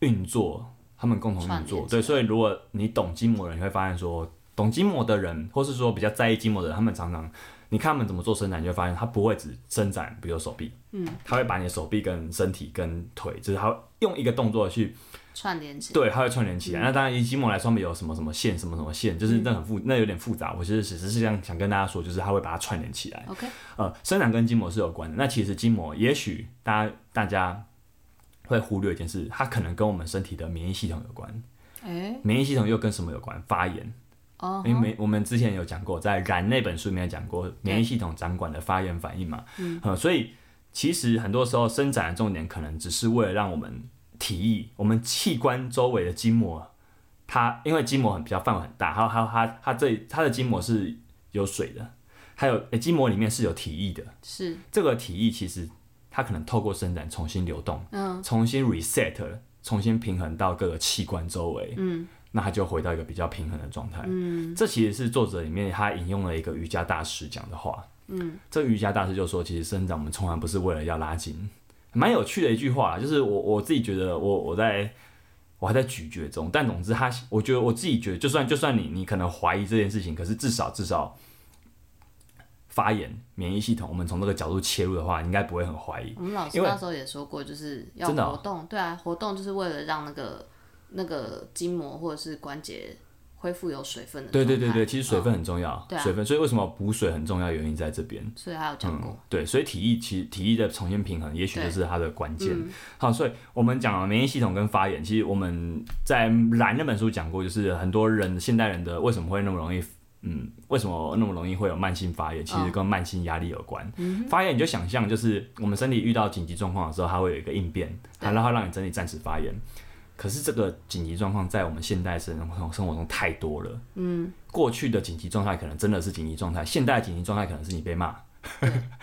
[SPEAKER 1] 运作，他们共同
[SPEAKER 2] 嗯串
[SPEAKER 1] 运作
[SPEAKER 2] 联。起
[SPEAKER 1] 对，所以如果你懂筋膜的人，你会发现说，懂筋膜的人，或是说比较在意筋膜的人，他们常常你看他们怎么做伸展，你就会发现他不会只伸展，比如手臂，嗯，他会把你的手臂跟身体跟腿，就是他会用一个动作去，
[SPEAKER 2] 串联起来。
[SPEAKER 1] 对，他会串联起来。那当然，以筋膜来说，他们有什么什么线，什么什么线，就是那很复，那有点复杂。我其实只是想想跟大家说，就是他会把它串联起来。
[SPEAKER 2] OK，
[SPEAKER 1] 呃，生长跟筋膜是有关的。那其实筋膜，也许大家大家会忽略一件事，它可能跟我们身体的免疫系统有关。
[SPEAKER 2] 哎，
[SPEAKER 1] 免疫系统又跟什么有关？发炎。
[SPEAKER 2] 哦
[SPEAKER 1] 因为免我们之前有讲过，在《燃》那本书里面讲过，免疫系统掌管的发炎反应嘛，嗯、所以其实很多时候伸展的重点可能只是为了让我们体液、我们器官周围的筋膜，它因为筋膜很比较范围很大，还有还有它它这它的筋膜是有水的，还有、诶筋膜里面是有体液的，
[SPEAKER 2] 是
[SPEAKER 1] 这个体液其实它可能透过伸展重新流动，
[SPEAKER 2] 嗯，
[SPEAKER 1] 重新 reset，了重新平衡到各个器官周围，嗯，那它就回到一个比较平衡的状态，嗯，这其实是作者里面他引用了一个瑜伽大师讲的话，嗯，这个瑜伽大师就说，其实伸展我们从来不是为了要拉筋，蛮有趣的一句话，就是我我自己觉得我我在。我还在咀嚼中，但总之他，我觉得我自己觉得，就算就算你你可能怀疑这件事情，可是至少至少发炎、免疫系统，我们从这个角度切入的话，你应该不会很怀疑。
[SPEAKER 2] 我们老师
[SPEAKER 1] 因为
[SPEAKER 2] 那时候也说过，就是要
[SPEAKER 1] 真的哦
[SPEAKER 2] 活动，对啊，活动就是为了让那个那个筋膜或者是关节恢复有水分的
[SPEAKER 1] 对对
[SPEAKER 2] 状
[SPEAKER 1] 对
[SPEAKER 2] 态
[SPEAKER 1] 对，其实水分很重要，
[SPEAKER 2] 对啊
[SPEAKER 1] 水分，所以为什么补水很重要，原因在这边。
[SPEAKER 2] 所以还有讲过，
[SPEAKER 1] 嗯。对，所以体液其实体液的重新平衡，也许就是它的关键。好，所以我们讲了免疫系统跟发炎，其实我们在《蓝》那本书讲过，就是很多人现代人的为什么会那么容易。嗯，为什么那么容易会有慢性发炎？其实跟慢性压力有关。发炎你就想象，就是我们身体遇到紧急状况的时候，它会有一个应变，它然后让你身体暂时发炎。可是这个紧急状况在我们现代生活生活中太多了。嗯，过去的紧急状态可能真的是紧急状态，现代的紧急状态可能是你被骂，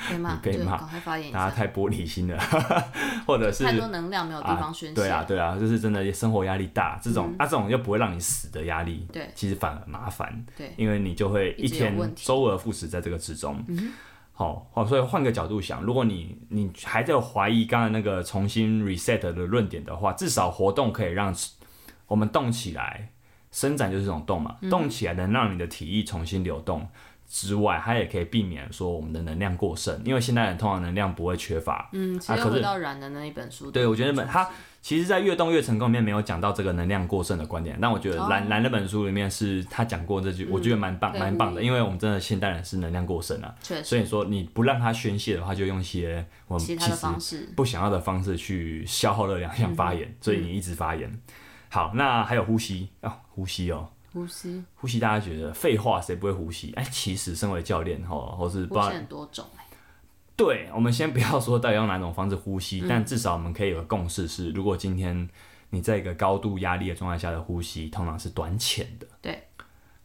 [SPEAKER 2] 被骂
[SPEAKER 1] 你被
[SPEAKER 2] 就
[SPEAKER 1] 骂
[SPEAKER 2] 赶快发言一
[SPEAKER 1] 大家
[SPEAKER 2] 下，
[SPEAKER 1] 太玻璃心了， 或者是
[SPEAKER 2] 太多能量没有地方宣泄，
[SPEAKER 1] 对啊对啊，就是真的生活压力大，这
[SPEAKER 2] 嗯
[SPEAKER 1] 种、啊这种又不会让你死的压力，
[SPEAKER 2] 对
[SPEAKER 1] 其实反而麻烦，
[SPEAKER 2] 对
[SPEAKER 1] 因为你就会
[SPEAKER 2] 一
[SPEAKER 1] 一
[SPEAKER 2] 直有
[SPEAKER 1] 天
[SPEAKER 2] 问题嗯
[SPEAKER 1] 周而复始在这个之中。好，好，所以换个角度想，如果你你还在怀疑刚才那个重新 reset 的论点的话，至少活动可以让我们动起来，伸展就是这种动嘛，
[SPEAKER 2] 嗯
[SPEAKER 1] 动起来能让你的体液重新流动。之外，它也可以避免说我们的能量过剩，因为现代人通常能量不会缺乏，
[SPEAKER 2] 嗯，其
[SPEAKER 1] 啊
[SPEAKER 2] 实
[SPEAKER 1] 可
[SPEAKER 2] 又
[SPEAKER 1] 是
[SPEAKER 2] 回到软的那一本书，
[SPEAKER 1] 对，我觉得那本他其实，在《越动越成功》里面没有讲到这个能量过剩的观点，但我觉得
[SPEAKER 2] 哦
[SPEAKER 1] 蓝、蓝那本书里面是他讲过这句，我觉得蛮棒
[SPEAKER 2] 对
[SPEAKER 1] 蛮棒的，
[SPEAKER 2] 嗯
[SPEAKER 1] 因为我们真的现代人是能量过剩啊，
[SPEAKER 2] 确实
[SPEAKER 1] 所以说你不让它宣泄的话，就用一些我们其
[SPEAKER 2] 其他的
[SPEAKER 1] 实
[SPEAKER 2] 方式
[SPEAKER 1] 不想要的方式去消耗热量，像发
[SPEAKER 2] 嗯
[SPEAKER 1] 炎，所以你一直发炎。好，那还有呼吸啊、呼吸哦。
[SPEAKER 2] 呼吸，
[SPEAKER 1] 呼吸，大家觉得废话，谁不会呼吸？哎，其实身为教练哈，或是不
[SPEAKER 2] 呼
[SPEAKER 1] 知道
[SPEAKER 2] 吸很多种哎、
[SPEAKER 1] 对，我们先不要说到底用哪种方式呼吸，但至少我们可以有个共识是，如果今天你在一个高度压力的状态下的呼吸，通常是短浅的，
[SPEAKER 2] 对，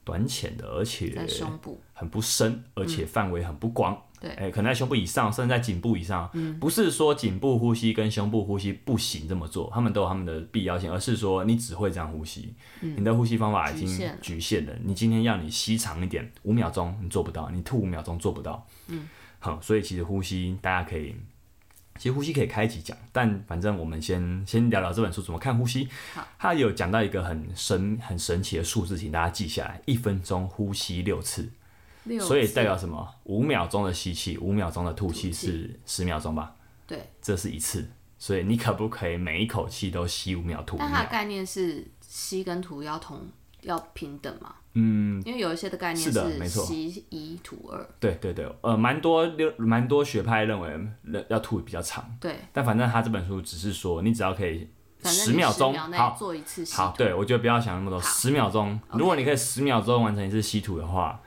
[SPEAKER 1] 短浅的，而且
[SPEAKER 2] 在胸部，
[SPEAKER 1] 很不深，而且范围很不广。
[SPEAKER 2] 嗯对嗯
[SPEAKER 1] 哎、可能在胸部以上，甚至在颈部以上。不是说颈部呼吸跟胸部呼吸不行这么做，他们都有他们的必要性，而是说你只会这样呼吸，你的呼吸方法已
[SPEAKER 2] 嗯局限
[SPEAKER 1] 经
[SPEAKER 2] 了
[SPEAKER 1] 局限了。你今天要你吸长一点，五秒钟你做不到，你吐五秒钟做不到。嗯，好，所以其实呼吸大家可以其实呼吸可以开一集讲，但反正我们先先聊聊这本书怎么看呼吸
[SPEAKER 2] 好。
[SPEAKER 1] 它有讲到一个很神很神奇的数字，请大家记下来：一分钟呼吸六次，
[SPEAKER 2] 六
[SPEAKER 1] 所以
[SPEAKER 2] 次
[SPEAKER 1] 代表什么？五秒钟的吸气，五秒钟的吐气
[SPEAKER 2] 吐气
[SPEAKER 1] 是十秒钟吧？
[SPEAKER 2] 对，
[SPEAKER 1] 这是一次。所以你可不可以每一口气都吸五秒吐五
[SPEAKER 2] 但它
[SPEAKER 1] 秒？
[SPEAKER 2] 的概念是吸跟吐要同要平等嘛？
[SPEAKER 1] 嗯，
[SPEAKER 2] 因为有一些的概念
[SPEAKER 1] 是的没错
[SPEAKER 2] 吸一吐二，
[SPEAKER 1] 对对对，呃，蛮多六蛮多学派认为要吐比较长，
[SPEAKER 2] 对，
[SPEAKER 1] 但反正他这本书只是说你只要可以
[SPEAKER 2] 反正
[SPEAKER 1] 十秒钟
[SPEAKER 2] 十秒内
[SPEAKER 1] 好
[SPEAKER 2] 做一次吸
[SPEAKER 1] 好，
[SPEAKER 2] 吐，
[SPEAKER 1] 对我觉得不要想那么多，十秒钟。如果你可以十秒钟完成一次吸吐的话，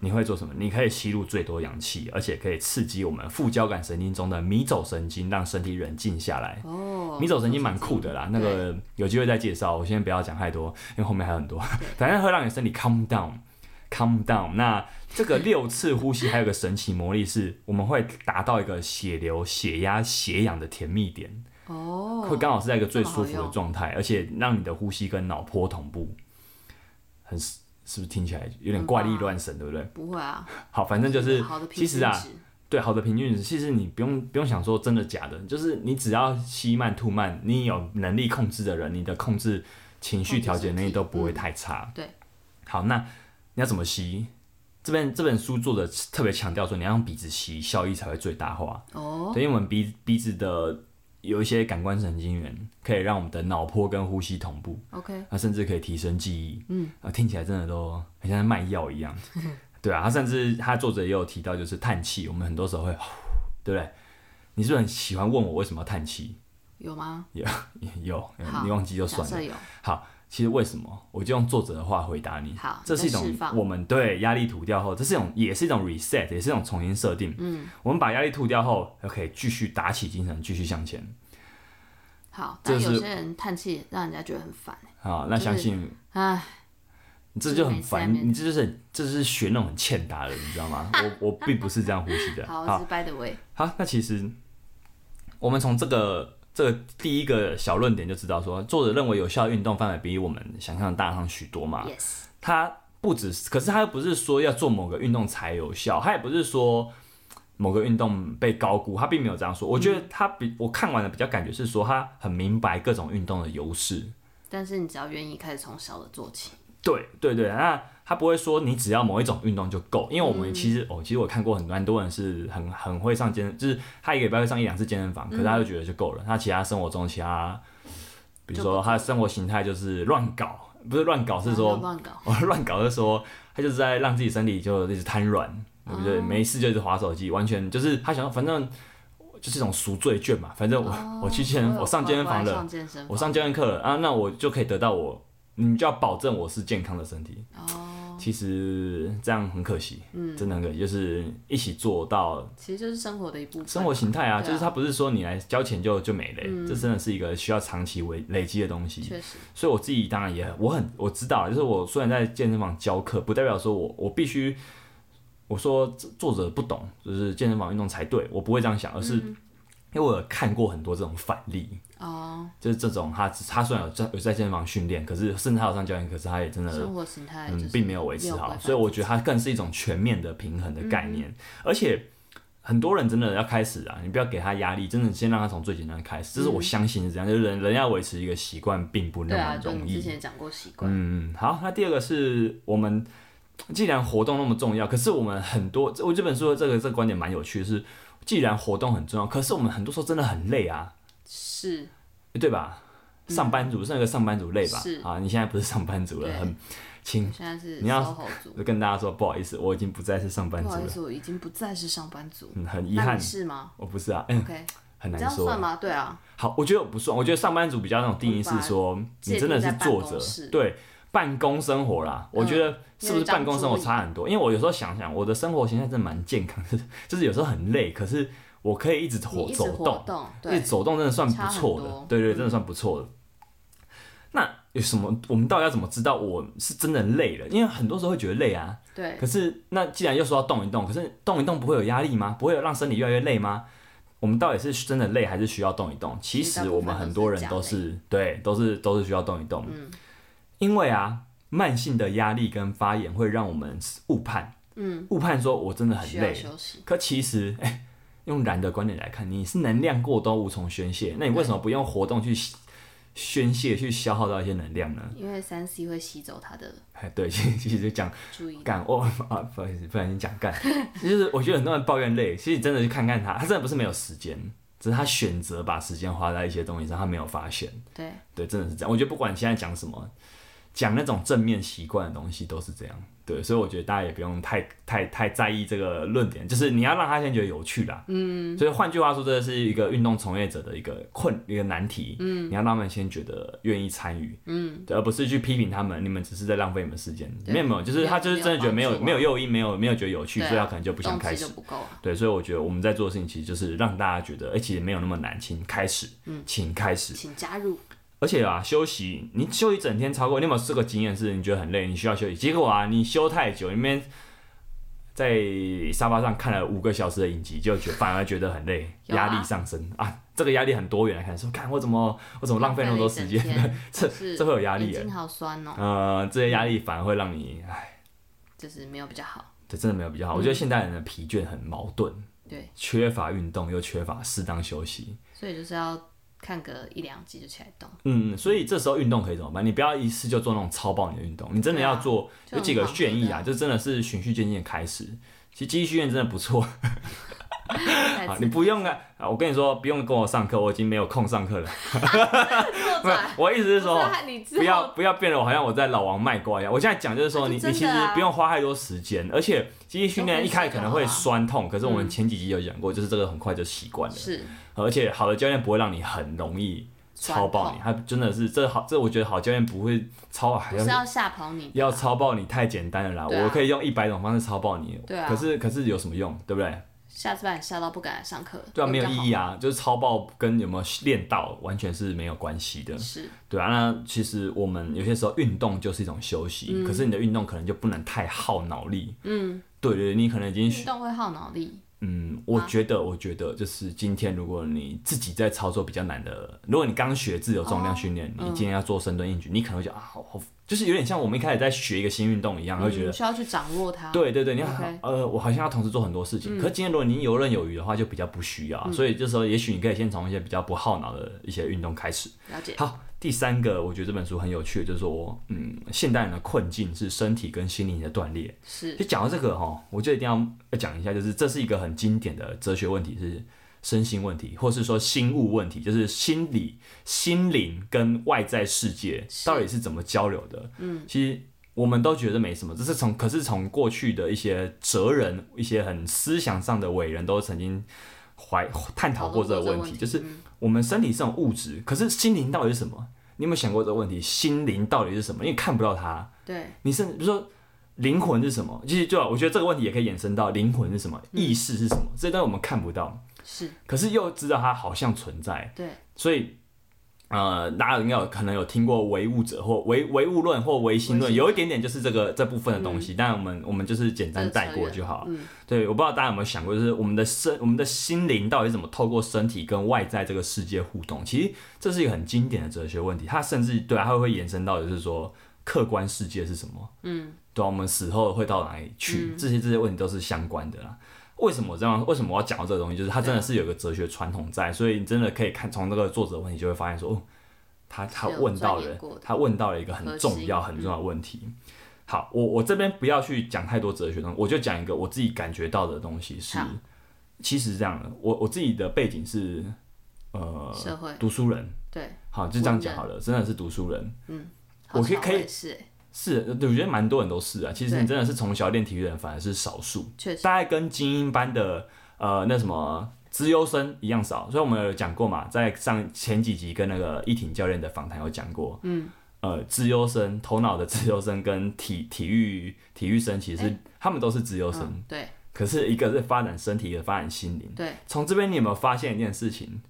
[SPEAKER 1] 你会做什么？你可以吸入最多氧气，而且可以刺激我们副交感神经中的迷走神经，让身体冷静下来。
[SPEAKER 2] 哦，
[SPEAKER 1] 迷走神经蛮酷的啦，那个有机会再介绍。我现在不要讲太多，因为后面还有很多。 反正会让你身体 calm down，calm down。那这个六次呼吸还有个神奇魔力是，我们会达到一个血流、血压、血氧的甜蜜点。
[SPEAKER 2] 哦，
[SPEAKER 1] 会刚好是在一个最舒
[SPEAKER 2] 这么
[SPEAKER 1] 服
[SPEAKER 2] 好
[SPEAKER 1] 的
[SPEAKER 2] 用
[SPEAKER 1] 状态，而且让你的呼吸跟脑波同步，很是是不是听起来有点怪力乱神，对不对？
[SPEAKER 2] 不会啊，
[SPEAKER 1] 好，反正就是
[SPEAKER 2] 好的平
[SPEAKER 1] 其
[SPEAKER 2] 均
[SPEAKER 1] 实啊，
[SPEAKER 2] 值
[SPEAKER 1] 对好的平均值，其实你不用不用想说真的假的，就是你只要吸慢吐慢，你有能力控制的人，你的控制情绪调节能力都不会太差。
[SPEAKER 2] 嗯对，
[SPEAKER 1] 好，那你要怎么吸？这边这本书作者特别强调说，你要用鼻子吸，效益才会最大化。
[SPEAKER 2] 哦，
[SPEAKER 1] 对，因为我们鼻鼻子的有一些感官神经元，可以让我们的脑波跟呼吸同步，
[SPEAKER 2] OK，
[SPEAKER 1] 它甚至可以提升记忆。嗯，啊，听起来真的都很像在卖药 一样。对啊，他甚至他作者也有提到，就是叹气，我们很多时候会，对不对？你是不是很喜欢问我为什么要叹气？
[SPEAKER 2] 有吗？
[SPEAKER 1] 有，嗯
[SPEAKER 2] 好
[SPEAKER 1] 你忘记就
[SPEAKER 2] 假
[SPEAKER 1] 算了
[SPEAKER 2] 设。有，
[SPEAKER 1] 好，其实为什么？我就用作者的话回答你。
[SPEAKER 2] 好
[SPEAKER 1] 这是一种
[SPEAKER 2] 再释放
[SPEAKER 1] 我们对压力吐掉后，这是一种也是一种 reset，也是一种重新设定。嗯，我们把压力吐掉后，OK，继续打起精神，继续向前。
[SPEAKER 2] 好，
[SPEAKER 1] 这
[SPEAKER 2] 但有
[SPEAKER 1] 是
[SPEAKER 2] 些人叹气让人家觉得很烦，
[SPEAKER 1] 好，啊那
[SPEAKER 2] 就是
[SPEAKER 1] 相信
[SPEAKER 2] 唉，
[SPEAKER 1] 你这就很
[SPEAKER 2] 就是
[SPEAKER 1] 烦，
[SPEAKER 2] 每次
[SPEAKER 1] 你这就是很这就是学那种很欠打的人，你知道 吗？我我并不是这样呼吸的。
[SPEAKER 2] 好，
[SPEAKER 1] 好
[SPEAKER 2] 这是 by the way，
[SPEAKER 1] 好，那其实我们从这个这个第一个小论点就知道说作者认为有效的运动范围比我们想象的大上许多嘛。
[SPEAKER 2] yes，
[SPEAKER 1] 它不只是，可是它又不是说要做某个运动才有效，它也不是说某个运动被高估，它并没有这样说。我觉得它比我看完的比较感觉是说，它很明白各种运动的优势。
[SPEAKER 2] 但是你只要愿意开始从小的做起，
[SPEAKER 1] 对对对，那他不会说你只要某一种运动就够，因为我
[SPEAKER 2] 嗯
[SPEAKER 1] 们其实、哦，其实我看过很多很多人是很很会上健身，就是他一个礼拜会上一两次健身房，可是他就觉得就够了，他其他生活中其他，比如
[SPEAKER 2] 嗯就不
[SPEAKER 1] 说他的生活形态就是乱搞，不是乱搞是
[SPEAKER 2] 不
[SPEAKER 1] 说
[SPEAKER 2] 要乱搞，
[SPEAKER 1] 我乱搞是说，他就是在让自己身体就一直瘫软，对不
[SPEAKER 2] 哦
[SPEAKER 1] 对？没事就一直划手机，完全就是他想要，反正就是一种赎罪券嘛。反正我、我去健身，
[SPEAKER 2] 哦有
[SPEAKER 1] 我上健身房
[SPEAKER 2] 乖乖
[SPEAKER 1] 了，
[SPEAKER 2] 上健身
[SPEAKER 1] 我
[SPEAKER 2] 房，
[SPEAKER 1] 上健身课了啊，那我就可以得到我，你就要保证我是健康的身体。
[SPEAKER 2] 哦，
[SPEAKER 1] 其实这样很可惜，
[SPEAKER 2] 嗯
[SPEAKER 1] 真的很可惜，就是一起做到
[SPEAKER 2] 其实就是生活的一部分，
[SPEAKER 1] 生活形态啊，
[SPEAKER 2] 对啊嗯
[SPEAKER 1] 就是他不是说你来交钱就就没了，这真的是一个需要长期累累积的东西。
[SPEAKER 2] 确实，
[SPEAKER 1] 所以我自己当然也我很我知道，就是我虽然在健身房教课，不代表说我我必须我说作者不懂，就是健身房运动才对，我不会这样想，而是
[SPEAKER 2] 嗯
[SPEAKER 1] 因为我有看过很多这种反例，
[SPEAKER 2] 哦，
[SPEAKER 1] 就是这种他他虽然有在有在健身房训练，可是甚至他有上教练，可是他也真的
[SPEAKER 2] 生活形态就
[SPEAKER 1] 嗯，
[SPEAKER 2] 是
[SPEAKER 1] 并没有维持
[SPEAKER 2] 没有
[SPEAKER 1] 好，
[SPEAKER 2] 办法嗯
[SPEAKER 1] 所以我觉得它更是一种全面的平衡的概念。而且很多人真的要开始啊，你不要给他压力，真的先让他从最简单的开始。这是我相信是这样，就是人人要维持一个习惯并不那
[SPEAKER 2] 嗯对啊，
[SPEAKER 1] 么
[SPEAKER 2] 就
[SPEAKER 1] 容
[SPEAKER 2] 你之
[SPEAKER 1] 易。
[SPEAKER 2] 前也讲过习惯，
[SPEAKER 1] 嗯，好，那第二个是我们既然活动那么重要，可是我们很多，我这本书的这个这个观点蛮有趣的是，既然活动很重要，可是我们很多时候真的很累啊，
[SPEAKER 2] 是
[SPEAKER 1] 对吧？上班族，那个上班族累吧
[SPEAKER 2] 嗯是？
[SPEAKER 1] 啊，你现在不是上班族了，
[SPEAKER 2] 对
[SPEAKER 1] 很轻
[SPEAKER 2] 我现在是
[SPEAKER 1] 你要
[SPEAKER 2] SOHO 族，
[SPEAKER 1] 就跟大家说，不好意思，我已经不再是上班
[SPEAKER 2] 不
[SPEAKER 1] 族
[SPEAKER 2] 好意
[SPEAKER 1] 了，
[SPEAKER 2] 思，我已经不再是上班族，
[SPEAKER 1] 嗯，很遗
[SPEAKER 2] 那
[SPEAKER 1] 憾
[SPEAKER 2] 你，是吗
[SPEAKER 1] 我不是啊，嗯，
[SPEAKER 2] ？OK，
[SPEAKER 1] 很
[SPEAKER 2] 你这
[SPEAKER 1] 难
[SPEAKER 2] 样算
[SPEAKER 1] 说。
[SPEAKER 2] 吗？对啊，
[SPEAKER 1] 好，我觉得我不算，我觉得上班族比较那种定义是说，你真的是
[SPEAKER 2] 界定
[SPEAKER 1] 作
[SPEAKER 2] 在办公室嗯
[SPEAKER 1] 者，对，办公生活啦，我觉得是不是办公生活差很多？因为我有时候想想，我的生活形态真的蛮健康的， 就是有时候很累，可是我可以一直
[SPEAKER 2] 你
[SPEAKER 1] 活
[SPEAKER 2] 一直
[SPEAKER 1] 走
[SPEAKER 2] 活
[SPEAKER 1] 动，
[SPEAKER 2] 动，
[SPEAKER 1] 因为
[SPEAKER 2] 对，
[SPEAKER 1] 走动真的算不
[SPEAKER 2] 差很
[SPEAKER 1] 错的
[SPEAKER 2] 多，嗯
[SPEAKER 1] 对对，真的算不错的。那有什么？我们到底要怎么知道我是真的累了？因为很多时候会觉得累啊，
[SPEAKER 2] 对，
[SPEAKER 1] 可是那既然又说要动一动，可是动一动不会有压力吗？不会有让身体越来越累吗？我们到底是真的累还是需要动一动？其
[SPEAKER 2] 其实大
[SPEAKER 1] 实
[SPEAKER 2] 部分
[SPEAKER 1] 我们很多人都是对，都是都是需要动一动。
[SPEAKER 2] 嗯
[SPEAKER 1] 因为啊，慢性的压力跟发炎会让我们误判，
[SPEAKER 2] 嗯，
[SPEAKER 1] 误判说我真的很
[SPEAKER 2] 需要
[SPEAKER 1] 累，
[SPEAKER 2] 休息，
[SPEAKER 1] 可其实哎、 用燃的观点来看，你是能量过多无从宣泄，那你为什么不用活动去宣泄、去消耗到一些能量呢？
[SPEAKER 2] 因为三 C 会吸走他的
[SPEAKER 1] 哎，对， 其实其实就讲
[SPEAKER 2] 注意力。
[SPEAKER 1] 干我啊，不好意思，不小心讲干。 其实我觉得很多人抱怨累，其实真的去看看他，他真的不是没有时间，只是他选择把时间花在一些东西上，他没有发现。
[SPEAKER 2] 对，
[SPEAKER 1] 对，真的是这样。我觉得不管现在讲什么，讲那种正面习惯的东西都是这样。对，所以我觉得大家也不用太太太在意这个论点，就是你要让他先觉得有趣啦。嗯。所以换句话说，这是一个运动从业者的一个困一个难题。嗯。你要让他们先觉得愿意参与。嗯。对，而不是去批评他们，你们只是在浪费你们时间。
[SPEAKER 2] 对
[SPEAKER 1] 没有没有，就是
[SPEAKER 2] 没有
[SPEAKER 1] 他就是真的觉得没有
[SPEAKER 2] 没
[SPEAKER 1] 没
[SPEAKER 2] 有帮助啊啊
[SPEAKER 1] 有诱因，没有没有觉得有趣，所以他可能就不想
[SPEAKER 2] 动
[SPEAKER 1] 开
[SPEAKER 2] 机
[SPEAKER 1] 始
[SPEAKER 2] 就。不够啊。
[SPEAKER 1] 对，所以我觉得我们在做的事情其实就是让大家觉得，哎、其实没有那么难，请开始，嗯，请开始，
[SPEAKER 2] 请加入。
[SPEAKER 1] 而且啊，休息，你休一整天超过，你有没有这个经验是你觉得很累，你需要休息？结果啊，你休太久，你们在沙发上看了五个小时的影集，就觉反而觉得很累，
[SPEAKER 2] 有啊
[SPEAKER 1] 压、力上升啊。这个压力很多元来看，说看我怎么我怎么浪费那么多时间，
[SPEAKER 2] 浪费了一整
[SPEAKER 1] 这
[SPEAKER 2] 是
[SPEAKER 1] 这会有压力
[SPEAKER 2] 眼
[SPEAKER 1] 耶。
[SPEAKER 2] 睛好酸哦，
[SPEAKER 1] 呃，这些压力反而会让你，哎，
[SPEAKER 2] 就是没有比较好。
[SPEAKER 1] 这真的没有比较好。我觉得现代人的疲倦很矛盾，
[SPEAKER 2] 对，
[SPEAKER 1] 缺乏运动又缺乏适当休息。
[SPEAKER 2] 所以就是要看个一两集就起来动。
[SPEAKER 1] 嗯，所以这时候运动可以怎么办？你不要一次就做那种超爆你的运动，你真的
[SPEAKER 2] 对啊
[SPEAKER 1] 要做、
[SPEAKER 2] 就
[SPEAKER 1] 有
[SPEAKER 2] 很
[SPEAKER 1] 几个
[SPEAKER 2] 缓和
[SPEAKER 1] 建议啊，
[SPEAKER 2] 的
[SPEAKER 1] 就真的是循序渐进地开始。其实肌力训练真的不错啊，你不用啊啊！我跟你说，不用跟我上课，我已经没有空上课了。
[SPEAKER 2] 做
[SPEAKER 1] 不是，我意思是说，
[SPEAKER 2] 你之
[SPEAKER 1] 不要
[SPEAKER 2] 后
[SPEAKER 1] 不要变得我好像我在老王卖瓜一样。我现在讲就是说
[SPEAKER 2] 那就
[SPEAKER 1] 你，你
[SPEAKER 2] 真的
[SPEAKER 1] 其实
[SPEAKER 2] 啊
[SPEAKER 1] 不用花太多时间，而且肌力训练一开始可能会酸痛，可是我们前几集有讲过，就是这个很快就习惯了。
[SPEAKER 2] 嗯是
[SPEAKER 1] 而且好的教练不会让你很容易超爆你，他真的是这好，这我觉得好教练不会超，还
[SPEAKER 2] 不是要吓跑你的
[SPEAKER 1] 要
[SPEAKER 2] 啊，
[SPEAKER 1] 超爆你太简单了啦，
[SPEAKER 2] 对啊
[SPEAKER 1] 我可以用一百种方式超爆你，
[SPEAKER 2] 对啊
[SPEAKER 1] 可是可是有什么用，对不对？
[SPEAKER 2] 下次把你吓到不敢来上课，
[SPEAKER 1] 对啊，没有
[SPEAKER 2] 比较好
[SPEAKER 1] 意义啊，就是超爆跟有没有练到完全是没有关系的，
[SPEAKER 2] 是
[SPEAKER 1] 对啊。那其实我们有些时候运动就是一种休息，
[SPEAKER 2] 嗯
[SPEAKER 1] 可是你的运动可能就不能太耗脑力，嗯，对对，对你可能已经
[SPEAKER 2] 运动会耗脑力，啊
[SPEAKER 1] 嗯，我觉得，我觉得就是今天，如果你自己在操作比较难的，如果你刚学自由重
[SPEAKER 2] 哦
[SPEAKER 1] 量训练，
[SPEAKER 2] 嗯
[SPEAKER 1] 你今天要做深蹲硬举，你可能会觉得啊，好好，就是有点像我们一开始在学一个新运动一样，会觉得，
[SPEAKER 2] 嗯需要去掌握它。
[SPEAKER 1] 对对对，你要
[SPEAKER 2] OK
[SPEAKER 1] 呃，我好像要同时做很多事情。可是今天如果你游刃有余的话，就比较不需要，啊所以这时候也许你可以先从一些比较不耗脑的一些运动开始。
[SPEAKER 2] 了解。
[SPEAKER 1] 好，第三个，我觉得这本书很有趣，就是说，嗯，现代人的困境是身体跟心灵的断裂。
[SPEAKER 2] 是
[SPEAKER 1] 就讲到这个哈，我就一定要要讲一下，就是这是一个很经典的哲学问题，是身心问题，或是说心物问题，就是心理、心灵跟外在世界
[SPEAKER 2] 是
[SPEAKER 1] 到底是怎么交流的。嗯，其实我们都觉得没什么，这是从可是从过去的一些哲人、一些很思想上的伟人都曾经怀探讨过这个
[SPEAKER 2] 讨
[SPEAKER 1] 问
[SPEAKER 2] 论过
[SPEAKER 1] 题，
[SPEAKER 2] 题，
[SPEAKER 1] 就是
[SPEAKER 2] 嗯
[SPEAKER 1] 我们身体是种物质，可是心灵到底是什么？你有没有想过这个问题？心灵到底是什么？因为看不到它。
[SPEAKER 2] 对
[SPEAKER 1] 你是比如说灵魂是什么？其实就我觉得这个问题也可以延伸到灵魂是什么，意识是什么，这些东西我们看不到，
[SPEAKER 2] 是，
[SPEAKER 1] 可是又知道它好像存在，
[SPEAKER 2] 对
[SPEAKER 1] 所以。呃，大家应该有可能有听过唯物者或唯唯物论或唯心论，
[SPEAKER 2] 唯心论嗯
[SPEAKER 1] 有一点点就是这个这部分的东西，但我们我们就是简单带过就好。
[SPEAKER 2] 嗯，
[SPEAKER 1] 对，我不知道大家有没有想过，就是我们的身、我们的心灵到底是怎么透过身体跟外在这个世界互动？其实这是一个很经典的哲学问题，它甚至对啊它会延伸到就是说客观世界是什么？嗯，对啊、我们死后会到哪里去？
[SPEAKER 2] 嗯
[SPEAKER 1] 这些这些问题都是相关的啦。为什么这样？为什么我要讲到这个东西？就是它真的是有一个哲学传统在，所以你真的可以看从这个作者的问题就会发现说，哦，他他
[SPEAKER 2] 是有
[SPEAKER 1] 问到
[SPEAKER 2] 钻
[SPEAKER 1] 了
[SPEAKER 2] 研过的，
[SPEAKER 1] 他问到了一个很重要
[SPEAKER 2] 核
[SPEAKER 1] 很重要的问题。好，我我这边不要去讲太多哲学东西，我就讲一个我自己感觉到的东西是
[SPEAKER 2] 好，
[SPEAKER 1] 其实是这样的，我我自己的背景是呃
[SPEAKER 2] 社会
[SPEAKER 1] 读书人，
[SPEAKER 2] 对，
[SPEAKER 1] 好就这样讲好了，真的是读书人，
[SPEAKER 2] 好
[SPEAKER 1] 我可以
[SPEAKER 2] 巧
[SPEAKER 1] 可以
[SPEAKER 2] 也是欸
[SPEAKER 1] 是我觉得蛮多人都是啊，其实
[SPEAKER 2] 对
[SPEAKER 1] 你真的是从小练体育的人反而是少数，
[SPEAKER 2] 确实
[SPEAKER 1] 大概跟精英班的呃那什么资优生一样少，所以我们有讲过嘛，在上前几集跟那个一挺教练的访谈有讲过，嗯，呃，资优生头脑的资优生跟体体育体育生其实、他们都是资优生，
[SPEAKER 2] 哎嗯对
[SPEAKER 1] 可是一个是发展身体，一个发展心灵。
[SPEAKER 2] 对
[SPEAKER 1] 从这边你有没有发现一件事情？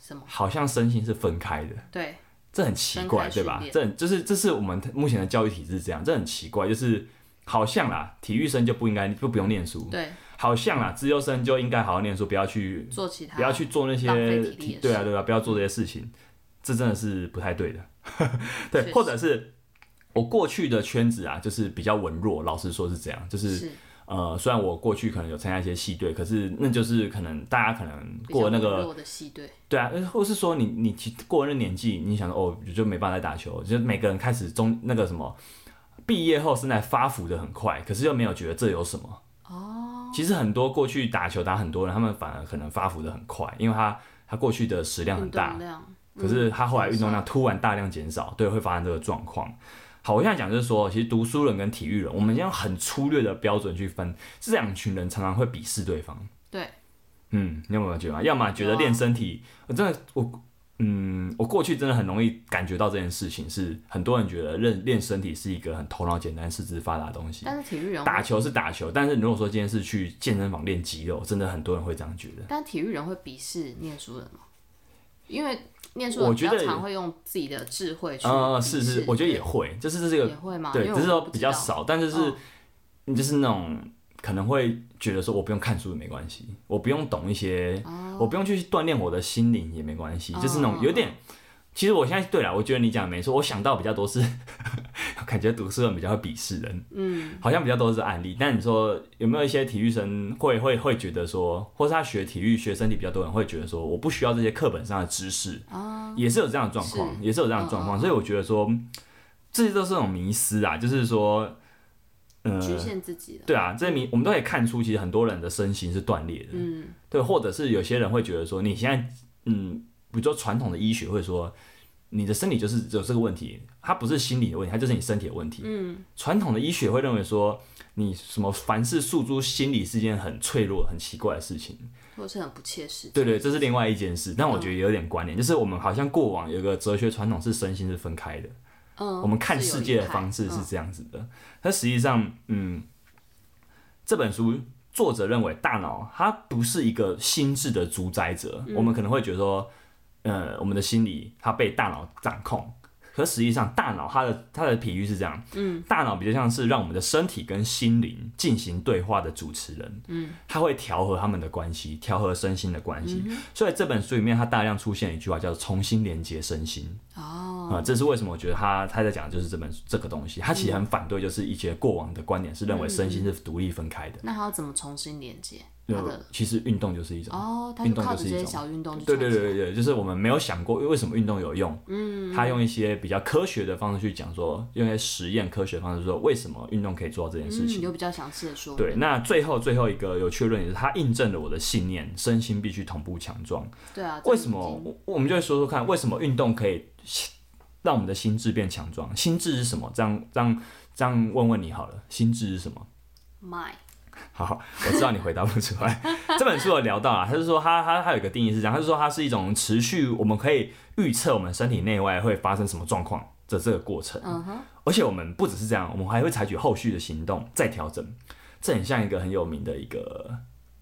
[SPEAKER 2] 什么
[SPEAKER 1] 好像身心是分开的。
[SPEAKER 2] 对
[SPEAKER 1] 这很奇怪，
[SPEAKER 2] 分开训
[SPEAKER 1] 对吧？
[SPEAKER 2] 练
[SPEAKER 1] 这很就是这是我们目前的教育体制这样，这很奇怪，就是好像啦，体育生就不应该就不用念书，
[SPEAKER 2] 对
[SPEAKER 1] 好像啦，资优生就应该好好念书，不要去
[SPEAKER 2] 做其他
[SPEAKER 1] 不要去做那些
[SPEAKER 2] 浪费体力
[SPEAKER 1] 体
[SPEAKER 2] 的
[SPEAKER 1] 对啊
[SPEAKER 2] 事
[SPEAKER 1] 对啊，不要做这些事情，这真的是不太对的。 对
[SPEAKER 2] 确，实
[SPEAKER 1] 或者是我过去的圈子啊，就是比较文弱，老实说是这样，就是
[SPEAKER 2] 是
[SPEAKER 1] 呃，虽然我过去可能有参加一些系队，可是那就是可能大家可能
[SPEAKER 2] 比较
[SPEAKER 1] 过了那个
[SPEAKER 2] 薄弱的系队，
[SPEAKER 1] 对啊，呃或是说你你其过了那年纪，你想说哦，就没办法再打球，就是每个人开始中那个什么，毕业后生来发福的很快，可是又没有觉得这有什么。哦，其实很多过去打球打很多人，他们反而可能发福的很快，因为他他过去的食量很
[SPEAKER 2] 运
[SPEAKER 1] 大
[SPEAKER 2] 动，量，嗯
[SPEAKER 1] 可是他后来运动
[SPEAKER 2] 减
[SPEAKER 1] 量突然大量减少，对，会发生这个状况。好，我现在讲就是说，其实读书人跟体育人，我们要用很粗略的标准去分，这两群人常常会鄙视对方。
[SPEAKER 2] 对，
[SPEAKER 1] 嗯，你有没有觉得？要么觉得
[SPEAKER 2] 有啊
[SPEAKER 1] 练身体，我真的我，嗯，我过去真的很容易感觉到这件事情是很多人觉得练练身体是一个很头脑简单、四肢发达的东西。
[SPEAKER 2] 但是体育人
[SPEAKER 1] 打
[SPEAKER 2] 会，
[SPEAKER 1] 球是打球，但是如果说今天是去健身房练肌肉，真的很多人会这样觉得。
[SPEAKER 2] 但体育人会鄙视念书人吗？因为念书
[SPEAKER 1] 我
[SPEAKER 2] 人比
[SPEAKER 1] 觉
[SPEAKER 2] 较
[SPEAKER 1] 得
[SPEAKER 2] 常会用自己的智慧去
[SPEAKER 1] 呃，
[SPEAKER 2] 鄙
[SPEAKER 1] 是
[SPEAKER 2] 视
[SPEAKER 1] 是，我觉得也
[SPEAKER 2] 对
[SPEAKER 1] 会，就是这个
[SPEAKER 2] 也会吗？
[SPEAKER 1] 对，
[SPEAKER 2] 因为
[SPEAKER 1] 只是
[SPEAKER 2] 我
[SPEAKER 1] 说
[SPEAKER 2] 不
[SPEAKER 1] 比
[SPEAKER 2] 知
[SPEAKER 1] 较
[SPEAKER 2] 道，
[SPEAKER 1] 少，但就是
[SPEAKER 2] 嗯
[SPEAKER 1] 你就是那种可能会觉得说我不用看书也没关系，我不用懂一些，
[SPEAKER 2] 哦
[SPEAKER 1] 我不用去锻炼我的心灵也没关系，就是那种有点。其实我现在对了，我觉得你讲的没错，我想到比较多是， 感觉读书人比较会鄙视人，嗯，好像比较多是案例。但你说有没有一些体育生会会会觉得说，或是他学体育学身体比较多人会觉得说，我不需要这些课本上的知识，
[SPEAKER 2] 哦
[SPEAKER 1] 也是有这样的状况，
[SPEAKER 2] 是嗯
[SPEAKER 1] 也是有这样的状况。所以我觉得说，这些都是那种迷思啊，就是说，呃，
[SPEAKER 2] 局限自己了。
[SPEAKER 1] 对啊，这些迷我们都可以看出，其实很多人的身形是断裂的，
[SPEAKER 2] 嗯，
[SPEAKER 1] 对，或者是有些人会觉得说，你现在，嗯，比如说传统的医学会说，你的身体就是有这个问题，它不是心理的问题，它就是你身体的问题。嗯，传统的医学会认为说，你什么凡事诉诸心理是一件很脆弱、很奇怪的事情。
[SPEAKER 2] 或是很不切实际。
[SPEAKER 1] 对对，这是另外一件事，但我觉得也有点关联，就是我们好像过往有一个哲学传统是身心是分开的，
[SPEAKER 2] 嗯，
[SPEAKER 1] 我们看
[SPEAKER 2] 是有
[SPEAKER 1] 世
[SPEAKER 2] 一
[SPEAKER 1] 界的
[SPEAKER 2] 派
[SPEAKER 1] 方式是
[SPEAKER 2] 嗯
[SPEAKER 1] 这样子的。但实际上，嗯，这本书作者认为大脑它不是一个心智的主宰者，
[SPEAKER 2] 嗯
[SPEAKER 1] 我们可能会觉得说，呃，我们的心理它被大脑掌控。可实际上，大脑它的它的比喻是这样，嗯，大脑比较像是让我们的身体跟心灵进行对话的主持人，嗯，它会调和他们的关系，调和身心的关系。所以这本书里面，它大量出现一句话叫“重新连接身心”，
[SPEAKER 2] 哦，
[SPEAKER 1] 啊、这是为什么我觉得他他在讲的就是这本这个东西，他其实很反对，就是一些过往的观点是认为身心是独立分开的。
[SPEAKER 2] 那他要怎么重新连接
[SPEAKER 1] 就
[SPEAKER 2] 他的？
[SPEAKER 1] 其实运动就是一种，
[SPEAKER 2] 哦，他
[SPEAKER 1] 运
[SPEAKER 2] 就
[SPEAKER 1] 动
[SPEAKER 2] 靠
[SPEAKER 1] 就
[SPEAKER 2] 着
[SPEAKER 1] 是
[SPEAKER 2] 这
[SPEAKER 1] 一
[SPEAKER 2] 些
[SPEAKER 1] 种
[SPEAKER 2] 小运动去
[SPEAKER 1] 对对
[SPEAKER 2] 创造
[SPEAKER 1] 对对，就是我们没有想过为什么运动有用。嗯，他用一些比较科学的方式去讲说，用一些实验科学的方式说为什么运动可以做到这件事情
[SPEAKER 2] 嗯，。有比较详细的说明。
[SPEAKER 1] 对，那最后最后一个有趣的论点是，它印证了我的信念，身心必须同步强壮。
[SPEAKER 2] 对啊，
[SPEAKER 1] 为
[SPEAKER 2] 这
[SPEAKER 1] 什么
[SPEAKER 2] 已经
[SPEAKER 1] 我我们就会说说看，为什么运动可以让我们的心智变强壮？心智是什么？这样这样这样问问你好了，心智是什么？
[SPEAKER 2] ？My
[SPEAKER 1] 好，我知道你回答不出来。这本书有聊到啊，他是说他他他有一个定义是这样，他是说它是一种持续，我们可以预测我们身体内外会发生什么状况的这个过程。
[SPEAKER 2] 嗯哼，
[SPEAKER 1] 而且我们不只是这样，我们还会采取后续的行动再调整。这很像一个很有名的一个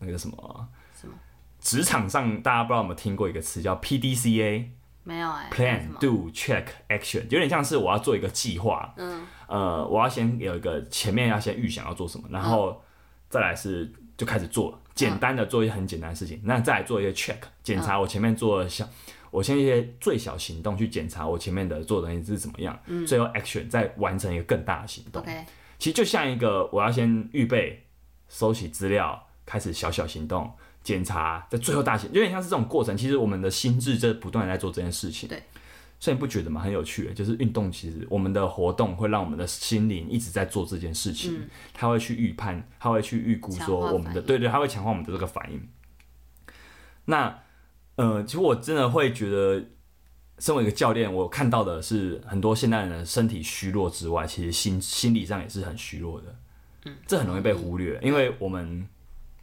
[SPEAKER 1] 那个什么
[SPEAKER 2] 什么？
[SPEAKER 1] 职场上大家不知道有没有听过一个词叫 PDCA。
[SPEAKER 2] 没有哎、那什
[SPEAKER 1] plan
[SPEAKER 2] 么
[SPEAKER 1] do check action，有点像是我要做一个计划，嗯，呃，我要先有一个前面要先预想要做什么，然
[SPEAKER 2] 嗯
[SPEAKER 1] 后再来是就开始做，简单的做一些很简单的事情，那再来做一些 check 检
[SPEAKER 2] 嗯
[SPEAKER 1] 查我前面做的小，我先一些最小行动去检查我前面的做的东西是怎么样，最后 action 再完成一个更大的行动。
[SPEAKER 2] 嗯 OK，
[SPEAKER 1] 其实就像一个我要先预备、收集资料，开始小小行动、检查，在最后大行，有点像是这种过程。其实我们的心智在不断的在做这件事情。
[SPEAKER 2] 对。
[SPEAKER 1] 所以你不觉得吗？很有趣，就是运动，其实我们的活动会让我们的心灵一直在做这件事情，它会去预判，它会去预估
[SPEAKER 2] 嗯强
[SPEAKER 1] 说
[SPEAKER 2] 化
[SPEAKER 1] 我们的，
[SPEAKER 2] 反应
[SPEAKER 1] 对对，它会强化我们的这个反应。那呃，其实我真的会觉得，身为一个教练，我看到的是很多现代人的身体虚弱之外，其实心心理上也是很虚弱的。嗯，这很容易被忽略，因为我们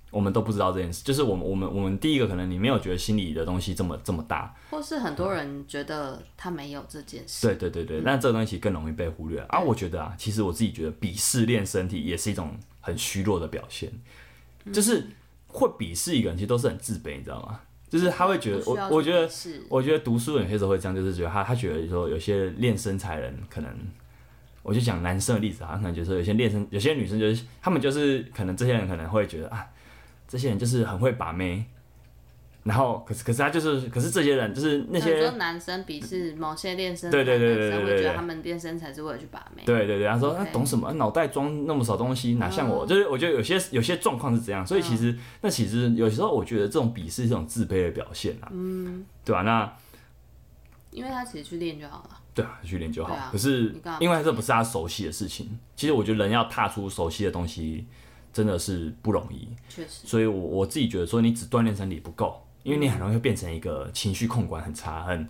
[SPEAKER 1] 我们都不知道这件事。就是我们我们我们第一个可能你没有觉得心理的东西这么这么大，
[SPEAKER 2] 或是很多人觉得他没有这件事，
[SPEAKER 1] 对对对
[SPEAKER 2] 嗯
[SPEAKER 1] 对，但这个东西更容易被忽略啊。我觉得啊，其实我自己觉得鄙视练身体也是一种很虚弱的表现，
[SPEAKER 2] 嗯
[SPEAKER 1] 就是会鄙视一个人，其实都是很自卑，你知道吗？就是他会觉得
[SPEAKER 2] 不
[SPEAKER 1] 我
[SPEAKER 2] 需要，
[SPEAKER 1] 我觉得
[SPEAKER 2] 是
[SPEAKER 1] 我觉得读书人有些时候会这样，就是觉得他他觉得说有些练身材的人可能，我就讲男生的例子啊，可能就是有些练身，有些女生就是他们就是可能这些人可能会觉得啊，这些人就是很会把妹，然后可是可是他就是，可是这些人就是那
[SPEAKER 2] 所以
[SPEAKER 1] 些
[SPEAKER 2] 说男生鄙视某些练身材
[SPEAKER 1] 对
[SPEAKER 2] 的
[SPEAKER 1] 对
[SPEAKER 2] 男
[SPEAKER 1] 对对
[SPEAKER 2] 生，
[SPEAKER 1] 对
[SPEAKER 2] 我
[SPEAKER 1] 对
[SPEAKER 2] 觉得
[SPEAKER 1] 对
[SPEAKER 2] 他们练身材是为了去把妹。
[SPEAKER 1] 对对对，他说他
[SPEAKER 2] OK 嗯
[SPEAKER 1] 懂什么？脑袋装那么少东西，哪像我？就是我觉得有些有些状况是这样，所以其实、那其实有时候我觉得这种鄙视是一种自卑的表现啊，嗯，对吧、那
[SPEAKER 2] 因为他其实去练就好了。
[SPEAKER 1] 对啊，去练就好。
[SPEAKER 2] 对啊
[SPEAKER 1] 可是
[SPEAKER 2] 你干嘛
[SPEAKER 1] 因为这不是他熟悉的事情，其实我觉得人要踏出熟悉的东西真的是不容易，
[SPEAKER 2] 确实，
[SPEAKER 1] 所以我我自己觉得说你只锻炼身体不够。因为你很容易会变成一个情绪控管很差，很，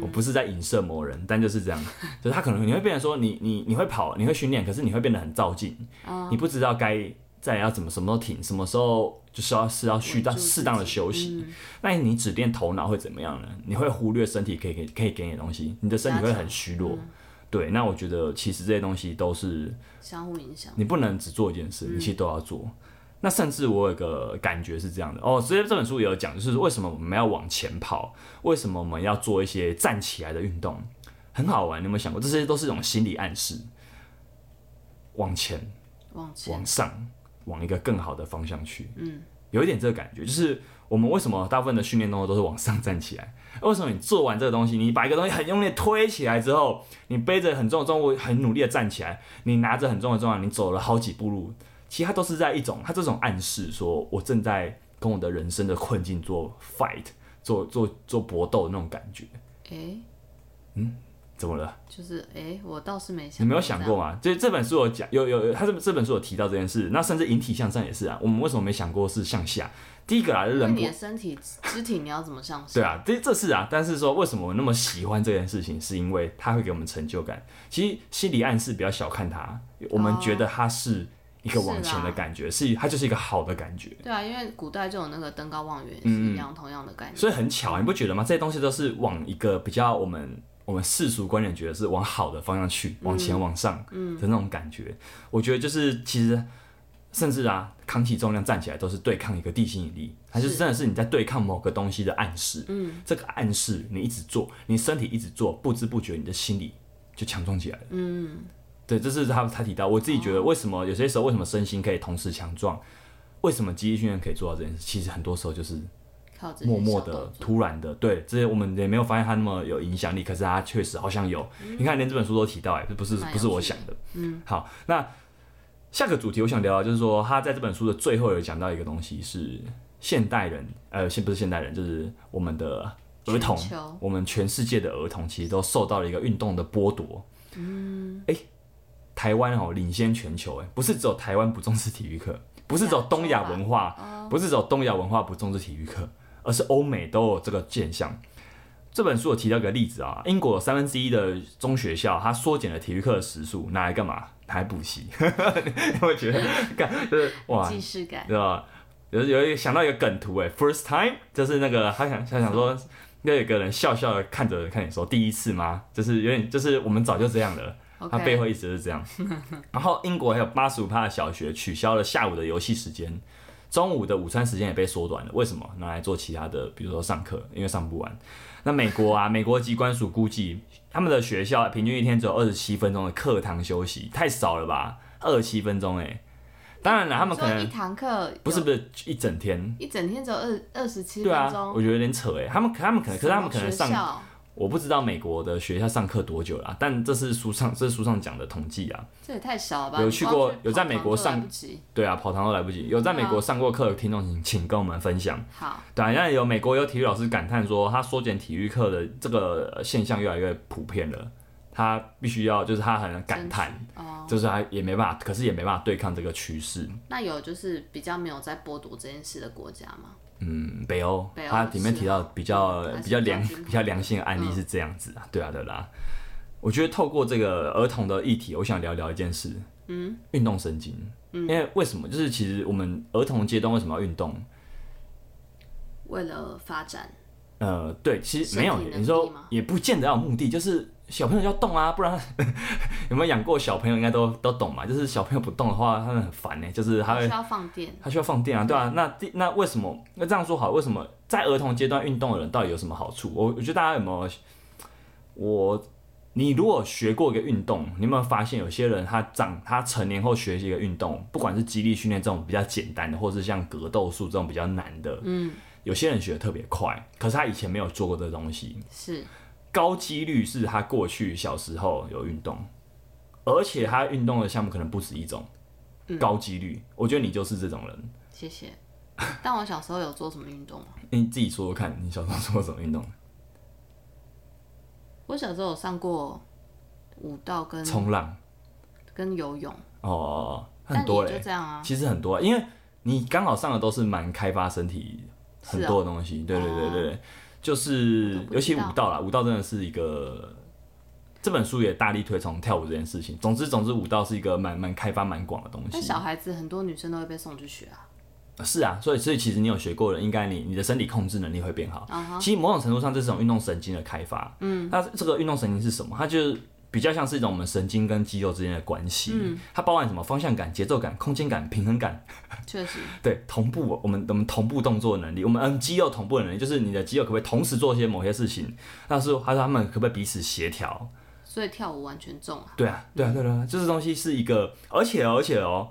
[SPEAKER 1] 我不是在影射某人，但就是这样，就是他可能你会变成说你你你会跑，你会训练，可是你会变得很照进，
[SPEAKER 2] 哦
[SPEAKER 1] 你不知道该在要怎么什么时候停，什么时候就是要是要适当
[SPEAKER 2] 稳住自己嗯
[SPEAKER 1] 适当的休息。那你只练头脑会怎么样呢？你会忽略身体可以给可以给你的东西，你的身体会很虚
[SPEAKER 2] 嗯
[SPEAKER 1] 弱。对，那我觉得其实这些东西都是
[SPEAKER 2] 相互影响。
[SPEAKER 1] 你不能只做一件事，你其实都要做。那甚至我有个感觉是这样的哦，所以这本书也有讲，就是为什么我们要往前跑，为什么我们要做一些站起来的运动，很好玩。你有没有想过，这些都是一种心理暗示？往前，
[SPEAKER 2] 往前
[SPEAKER 1] 往，上，往一个更好的方向去。嗯，有一点这个感觉，就是我们为什么大部分的训练动作都是往上站起来？为什么你做完这个东西，你把一个东西很用力地推起来之后，你背着很重的重物，很努力的站起来，你拿着很重的重量，你走了好几步路，其实它都是在一种，它这种暗示说我正在跟我的人生的困境做 fight，做做做搏斗的那种感觉。
[SPEAKER 2] 哎、
[SPEAKER 1] 怎么了？
[SPEAKER 2] 就是哎、我倒是没想，
[SPEAKER 1] 你没有想过？吗？就是这本书有讲，有有有，他这这本书有提到这件事，那甚至引体向上也是啊。我们为什么没想过是向下？第一个啊，
[SPEAKER 2] 那
[SPEAKER 1] 人不
[SPEAKER 2] 你的身体肢体你要怎么上升？
[SPEAKER 1] 对啊，这这是啊。但是说为什么我那么喜欢这件事情，是因为它会给我们成就感。其实心理暗示不要小看它，我们觉得它是一个往前的感觉，哦是它啊就是一个好的感觉。
[SPEAKER 2] 对啊，因为古代就有那个登高望远是一样同样的概念。
[SPEAKER 1] 嗯所以很巧，你不觉得吗？这些东西都是往一个比较我们我们世俗观点觉得是往好的方向去，往前往上的那种感觉。我觉得就是其实甚至啊，扛起重量站起来都是对抗一个地心引力，它就是
[SPEAKER 2] 是
[SPEAKER 1] 真的是你在对抗某个东西的暗示。嗯，这个暗示你一直做，你身体一直做，不知不觉你的心理就强壮起来了。嗯。哦对，这是他他提到，我自己觉得为什么有些时候为什么身心可以同时强壮，为什么肌力训练可以做到这件事？其实很多时候就是
[SPEAKER 2] 靠这些
[SPEAKER 1] 默默
[SPEAKER 2] 小动
[SPEAKER 1] 的、
[SPEAKER 2] 作
[SPEAKER 1] 突然的，对这些我们也没有发现它那么有影响力，可是它确实好像有。你看，连这本书都提到、哎，这不是
[SPEAKER 2] 蛮有趣的
[SPEAKER 1] 不是我想的。嗯，好，那下个主题我想聊的就是说，他在这本书的最后有讲到一个东西是现代人，呃，现不是现代人，就是我们的儿童
[SPEAKER 2] 全球，
[SPEAKER 1] 我们全世界的儿童其实都受到了一个运动的剥夺。嗯，哎、台湾哦领先全球，哎，不是只有台湾不重视体育课，不是只有东亚文化，不是只有东亚文化不重视体育课，而是欧美都有这个现象。这本书有提到一个例子啊，英国三分之一的中学校，它缩减了体育课的时数，拿来干嘛？拿来补习。 我觉得，干就是哇，
[SPEAKER 2] 既视感。
[SPEAKER 1] 对吧？有有一个想到一个梗图哎，first time 就是那个他想他想说，要有一个人笑笑的看着看你说第一次吗？就是有点就是我们早就这样了。他
[SPEAKER 2] OK，
[SPEAKER 1] 背后一直是这 样。然后英国还有八十五趴的小学取消了下午的游戏时间，中午的午餐时间也被缩短了。为什么？拿来做其他的，比如说上课，因为上不完。那美国啊，美国机关署估计他们的学校平均一天只有二十七分钟的课堂休息，太少了吧？二十七分钟哎、当然了，他们可
[SPEAKER 2] 说一
[SPEAKER 1] 能
[SPEAKER 2] 堂课
[SPEAKER 1] 不是
[SPEAKER 2] 有
[SPEAKER 1] 不是一整天。
[SPEAKER 2] 一整天只有二二十七
[SPEAKER 1] 对
[SPEAKER 2] 分
[SPEAKER 1] 啊，
[SPEAKER 2] 钟，
[SPEAKER 1] 我觉得有点扯哎、他们他们可能，可是他们可能
[SPEAKER 2] 什么
[SPEAKER 1] 上
[SPEAKER 2] 学校
[SPEAKER 1] 我不知道美国的学校上课多久啦，但这是书上这是书上讲的统计啊。
[SPEAKER 2] 这也太少了吧？
[SPEAKER 1] 有
[SPEAKER 2] 你
[SPEAKER 1] 去
[SPEAKER 2] 光
[SPEAKER 1] 过
[SPEAKER 2] 跑
[SPEAKER 1] 有在
[SPEAKER 2] 堂
[SPEAKER 1] 美
[SPEAKER 2] 都
[SPEAKER 1] 国
[SPEAKER 2] 来
[SPEAKER 1] 上
[SPEAKER 2] 不及
[SPEAKER 1] 对啊，跑堂都来不及。有在美国上过课的听众，请请跟我们分享。
[SPEAKER 2] 好，
[SPEAKER 1] 对啊，那有美国有体育老师感叹说，他缩减体育课的这个呃现象越来越普遍了。他必须要，就是他很感叹，
[SPEAKER 2] 哦，
[SPEAKER 1] 就是他也没办法，可是也没办法对抗这个趋势。
[SPEAKER 2] 那有就是比较没有在剥夺这件事的国家吗？
[SPEAKER 1] 嗯，北欧，
[SPEAKER 2] 北欧
[SPEAKER 1] 它里面
[SPEAKER 2] 是
[SPEAKER 1] 提到比较
[SPEAKER 2] 嗯还是
[SPEAKER 1] 比较良
[SPEAKER 2] 比较均衡嗯
[SPEAKER 1] 比较良性的案例是这样子啊，对啊，对啦、我觉得透过这个儿童的议题，我想聊聊一件事，嗯，运动神经，
[SPEAKER 2] 嗯
[SPEAKER 1] 因为为什么？就是其实我们儿童阶段为什么要运动？
[SPEAKER 2] 为了发展，
[SPEAKER 1] 呃，对，其实
[SPEAKER 2] 身体
[SPEAKER 1] 没有，
[SPEAKER 2] 能力
[SPEAKER 1] 你说
[SPEAKER 2] 吗
[SPEAKER 1] 也不见得要有目的，就是小朋友要动啊，不然 有没有养过小朋友应该都都懂嘛，就是小朋友不动的话，他们很烦呢、就是他会
[SPEAKER 2] 需要放电，
[SPEAKER 1] 他需要放电啊，对啊，那第那为什么？那这样说好，为什么在儿童阶段运动的人到底有什么好处？我我觉得大家有没有，我你如果学过一个运动，你有没有发现有些人他长他成年后学习一个运动，不管是肌力训练这种比较简单的，或是像格斗术这种比较难的，嗯，有些人学的特别快，可是他以前没有做过这东西，
[SPEAKER 2] 是
[SPEAKER 1] 高几率是他过去小时候有运动，而且他运动的项目可能不止一种，高几率，我觉得你就是这种人。
[SPEAKER 2] 谢谢。但我小时候有做什么运动吗？
[SPEAKER 1] 你自己说说看，你小时候做过什么运动？
[SPEAKER 2] 我小时候有上过舞蹈跟
[SPEAKER 1] 冲浪
[SPEAKER 2] 跟游泳，
[SPEAKER 1] 哦，
[SPEAKER 2] 但
[SPEAKER 1] 很
[SPEAKER 2] 你
[SPEAKER 1] 多
[SPEAKER 2] 就
[SPEAKER 1] 嘞，
[SPEAKER 2] 这样啊，
[SPEAKER 1] 其实很多，因为你刚好上的都是蛮开发身体
[SPEAKER 2] 是
[SPEAKER 1] 很
[SPEAKER 2] 哦
[SPEAKER 1] 多的东西，对对对对对，就
[SPEAKER 2] 我
[SPEAKER 1] 是
[SPEAKER 2] 都不知道
[SPEAKER 1] 尤其舞蹈啦，舞蹈真的是一个。这本书也大力推崇跳舞这件事情。总之，总之，舞蹈是一个蛮蛮开发蛮广的东
[SPEAKER 2] 但
[SPEAKER 1] 西。
[SPEAKER 2] 小孩子很多女生都会被送去学啊。
[SPEAKER 1] 是啊，所以所以其实你有学过了，应该你你的身体控制能力会变好。
[SPEAKER 2] 啊哈，
[SPEAKER 1] 其实某种程度上，这是种运动神经的开发。嗯，那这个运动神经是什么？它就是比较像是一种我们神经跟肌肉之间的关系。嗯，它包含什么方向感、节奏感、空间感、平衡感，
[SPEAKER 2] 确实，
[SPEAKER 1] 对，同步我们我们同步动作的能力，我们嗯肌肉同步的能力，就是你的肌肉可不可以同时做些某些事情？但是还有他们可不可以彼此协调？
[SPEAKER 2] 所以跳舞完全中啊。
[SPEAKER 1] 对啊，对啊，对啊对啊，这东西是一个，而且哦而且哦，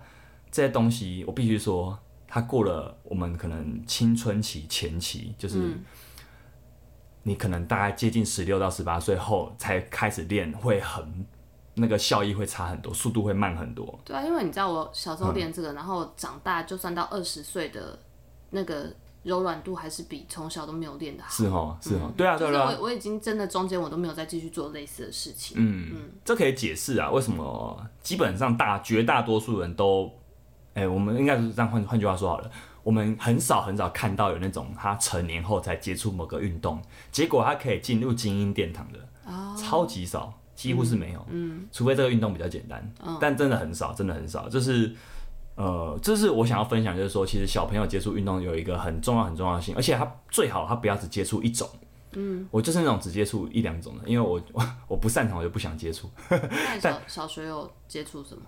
[SPEAKER 1] 这些东西我必须说，它过了我们可能青春期前期，就是你可能大概接近十六到十八岁后才开始练，会很那个效益会差很多，速度会慢很多。
[SPEAKER 2] 对啊，因为你知道我小时候
[SPEAKER 1] 嗯
[SPEAKER 2] 练这个，然后长大就算到二十岁的那个柔软度，还是比从小都没有练的好。
[SPEAKER 1] 是哦，是哦，对啊，对
[SPEAKER 2] 就
[SPEAKER 1] 啊
[SPEAKER 2] 是
[SPEAKER 1] 对啊，
[SPEAKER 2] 我我已经真的中间我都没有再继续做类似的事情。
[SPEAKER 1] 嗯，这可以解释啊，为什么基本上大绝大多数人都，哎、我们应该是这样换换句话说好了，我们很少很少看到有那种他成年后才接触某个运动，结果他可以进入精英殿堂的，超级少，几乎是没有，哦嗯，除非这个运动比较简单，但真的很少，真的很少，就是。呃，这是我想要分享，就是说，其实小朋友接触运动有一个很重要、很重要的性，而且他最好他不要只接触一种。嗯，我就是那种只接触一两种的，因为我我 我不擅长，我就不想接触。
[SPEAKER 2] 那你小小学有接触什么？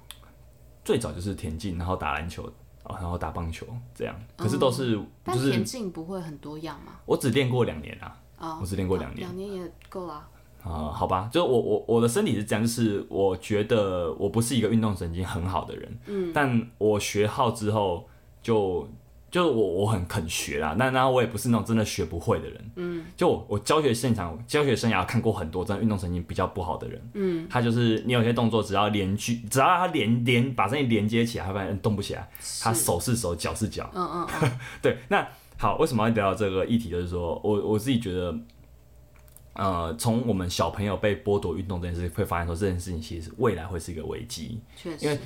[SPEAKER 1] 最早就是田径，然后打篮球，哦然后打棒球这样。可是都是、
[SPEAKER 2] 但
[SPEAKER 1] 哦就是
[SPEAKER 2] 田径不会很多样吗？
[SPEAKER 1] 我只练过两年啊，
[SPEAKER 2] 啊、
[SPEAKER 1] 我只练过两年
[SPEAKER 2] 两年也够啦。
[SPEAKER 1] 啊、好吧，就是我我我的身体是这样，就是我觉得我不是一个运动神经很好的人，嗯，但我学好之后就就我我很肯学啦，那然后我也不是那种真的学不会的人，嗯，就我我教学现场教学生涯看过很多真的运动神经比较不好的人，嗯，他就是你有些动作只要连续，只要他连连把身体连接起来，他发现嗯动不起来，他
[SPEAKER 2] 是
[SPEAKER 1] 手是手，脚是脚，
[SPEAKER 2] 嗯嗯嗯，
[SPEAKER 1] 对，那好，为什么要聊到这个议题？就是说我我自己觉得，呃，从我们小朋友被剥夺运动这件事，会发现说这件事情其实未来会是一个危机。
[SPEAKER 2] 确
[SPEAKER 1] 因
[SPEAKER 2] 实
[SPEAKER 1] 为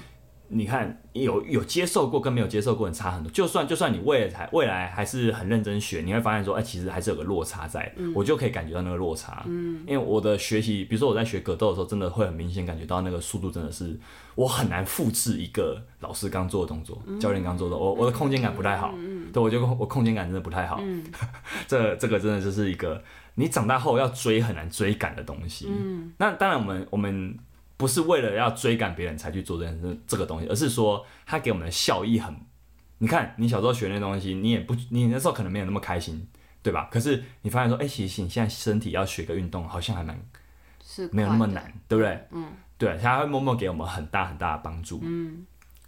[SPEAKER 1] 你看，有有接受过跟没有接受过，你差很多。就算就算你未来才未来还是很认真学，你会发现说，哎、其实还是有个落差在。我就可以感觉到那个落差。嗯，因为我的学习，比如说我在学格斗的时候，真的会很明显感觉到那个速度真的是我很难复制一个老师刚做的动作，教练刚做的，我我的空间感不太好。对，我就我空间感真的不太好。这这个真的就是一个你长大后要追很难追赶的东西。嗯，那当然我们我们不是为了要追赶别人才去做这件事这个东西，而是说它给我们的效益很。你看，你小时候学那东西，你也不，你那时候可能没有那么开心，对吧？可是你发现说，哎、其实你现在身体要学个运动，好像还蛮
[SPEAKER 2] 是
[SPEAKER 1] 没有那么
[SPEAKER 2] 快的
[SPEAKER 1] 难，对不对？嗯，对，它会默默给我们很大很大的帮助。嗯，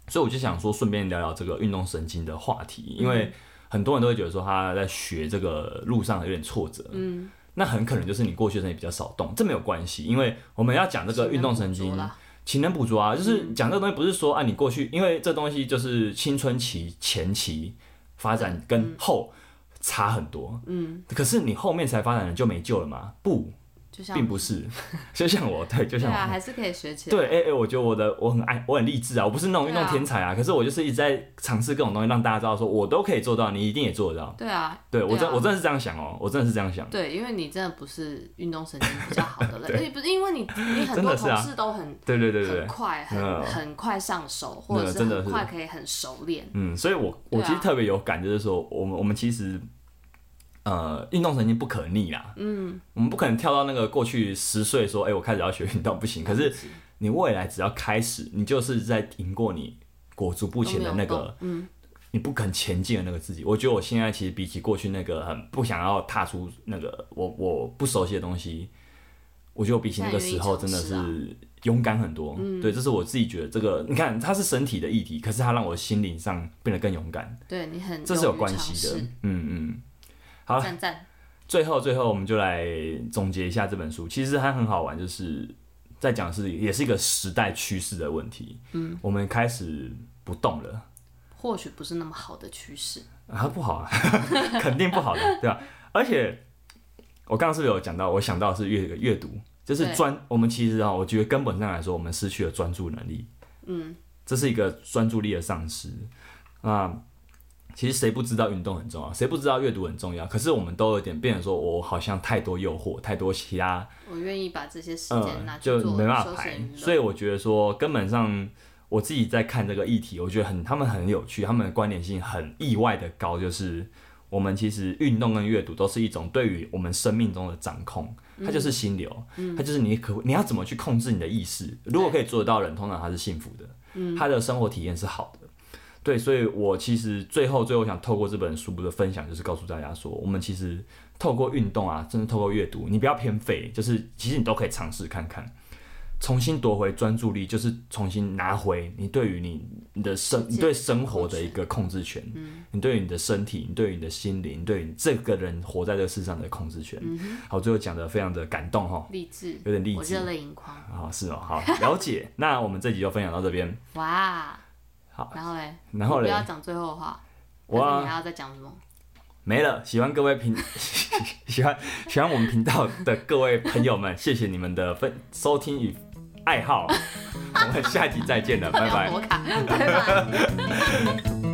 [SPEAKER 1] 所以我就想说，顺便聊聊这个运动神经的话题，因为很多人都会觉得说他在学这个路上有点挫折。嗯。那很可能就是你过去的身体比较少动，这没有关系，因为我们要讲这个运动神
[SPEAKER 2] 勤
[SPEAKER 1] 经
[SPEAKER 2] 能补拙，啦
[SPEAKER 1] 勤能补拙啊，
[SPEAKER 2] 嗯
[SPEAKER 1] 就是讲这个东西不是说啊，你过去因为这东西就是青春期前期发展跟后
[SPEAKER 2] 嗯
[SPEAKER 1] 差很多，嗯，可是你后面才发展的就没救了嘛？不，
[SPEAKER 2] 就像
[SPEAKER 1] 并不是，就像我，对，就
[SPEAKER 2] 对
[SPEAKER 1] 像
[SPEAKER 2] 啊，
[SPEAKER 1] 我，
[SPEAKER 2] 还是可以学起来。
[SPEAKER 1] 对，哎、哎、我觉得我的我很爱，我很励志啊，我不是那种运动
[SPEAKER 2] 对啊
[SPEAKER 1] 天才啊，可是我就是一直在尝试各种东西，让大家知道说我都可以做到，你一定也做得到。
[SPEAKER 2] 对啊，
[SPEAKER 1] 对我
[SPEAKER 2] 对啊
[SPEAKER 1] 真、我真的是这样想哦，我真的是这样想。
[SPEAKER 2] 对，因为你真的不是运动神经比较好 的人，而且不是因为你你很
[SPEAKER 1] 真
[SPEAKER 2] 多
[SPEAKER 1] 的是
[SPEAKER 2] 同
[SPEAKER 1] 啊
[SPEAKER 2] 事都很
[SPEAKER 1] 对对对对
[SPEAKER 2] 很
[SPEAKER 1] 对，
[SPEAKER 2] 快很
[SPEAKER 1] 嗯
[SPEAKER 2] 很快上手，或者
[SPEAKER 1] 那真的
[SPEAKER 2] 很
[SPEAKER 1] 是
[SPEAKER 2] 快可以很熟练。
[SPEAKER 1] 嗯，所以我我
[SPEAKER 2] 对啊
[SPEAKER 1] 其实特别有感，就是说我们我们其实。呃，运动神经不可逆啦，嗯，我们不可能跳到那个过去十岁说，哎、我开始要学运动不行。可是你未来只要开始，你就是在赢过你裹足不前的那
[SPEAKER 2] 都没有嗯
[SPEAKER 1] 个，你不肯前进的那个自己。我觉得我现在其实比起过去那个很不想要踏出那个我我不熟悉的东西，我觉得我比起那个时候真的
[SPEAKER 2] 现在愿
[SPEAKER 1] 是勇敢很多。
[SPEAKER 2] 嗯
[SPEAKER 1] 对，这是我自己觉得这个，你看它是身体的议题，可是它让我心灵上变得更勇敢，
[SPEAKER 2] 对你很
[SPEAKER 1] 这是有
[SPEAKER 2] 勇于
[SPEAKER 1] 关
[SPEAKER 2] 尝
[SPEAKER 1] 系的
[SPEAKER 2] 试。
[SPEAKER 1] 嗯嗯。好
[SPEAKER 2] 赞赞，
[SPEAKER 1] 最后最后我们就来总结一下这本书，其实它很好玩，就是在讲是也是一个时代趋势的问题。嗯，我们开始不动了。
[SPEAKER 2] 或许不是那么好的趋势。
[SPEAKER 1] 啊，不好啊， 肯定不好的，对吧、而且我刚刚是不是有讲到，我想到的是阅阅读，就是
[SPEAKER 2] 对
[SPEAKER 1] 专我们其实啊，我觉得根本上来说，我们失去了专注能力，嗯，这是一个专注力的丧失。那其实谁不知道运动很重要，谁不知道阅读很重要？可是我们都有点变成说，我好像太多诱惑，太多其他
[SPEAKER 2] 我愿意把这些时间
[SPEAKER 1] 嗯
[SPEAKER 2] 拿，去
[SPEAKER 1] 就
[SPEAKER 2] 做
[SPEAKER 1] 没办法
[SPEAKER 2] 休
[SPEAKER 1] 排
[SPEAKER 2] 闲娱。乐。
[SPEAKER 1] 所以我觉得说，根本上我自己在看这个议题，我觉得很他们很有趣，他们的关联性很意外的高，就是我们其实运动跟阅读都是一种对于我们生命中的掌控。它就是心流，它就是你可你要怎么去控制你的意识。如果可以做得到的人，通常他是幸福的，
[SPEAKER 2] 嗯
[SPEAKER 1] 他的生活体验是好的。对，所以我其实最后最后想透过这本书的分享，就是告诉大家说，我们其实透过运动啊，甚至透过阅读，你不要偏废，就是其实你都可以尝试看看，重新夺回专注力，就是重新拿回你对于你你的生
[SPEAKER 2] 世界
[SPEAKER 1] 你对生活的一个控制权，
[SPEAKER 2] 嗯
[SPEAKER 1] 你对于你的身体，你对于你的心灵，你对于你这个人活在这个世上的控制权。好，最后讲的非常的感动哈，
[SPEAKER 2] 励志，
[SPEAKER 1] 有点励
[SPEAKER 2] 嗯我
[SPEAKER 1] 志
[SPEAKER 2] 热泪盈眶，
[SPEAKER 1] 啊，是哦，好了解。那我们这集就分享到这边，
[SPEAKER 2] 哇！
[SPEAKER 1] 好，
[SPEAKER 2] 然后嘞，
[SPEAKER 1] 然后
[SPEAKER 2] 你不
[SPEAKER 1] 嘞
[SPEAKER 2] 要，讲最后的话，
[SPEAKER 1] 我
[SPEAKER 2] 还是
[SPEAKER 1] 啊
[SPEAKER 2] 你还要再讲什么？
[SPEAKER 1] 没了。喜欢各位频 喜欢喜欢我们频道的各位朋友们，谢谢你们的分收听与 爱好，我们下一集再见了，拜拜
[SPEAKER 2] 要。我卡，拜拜。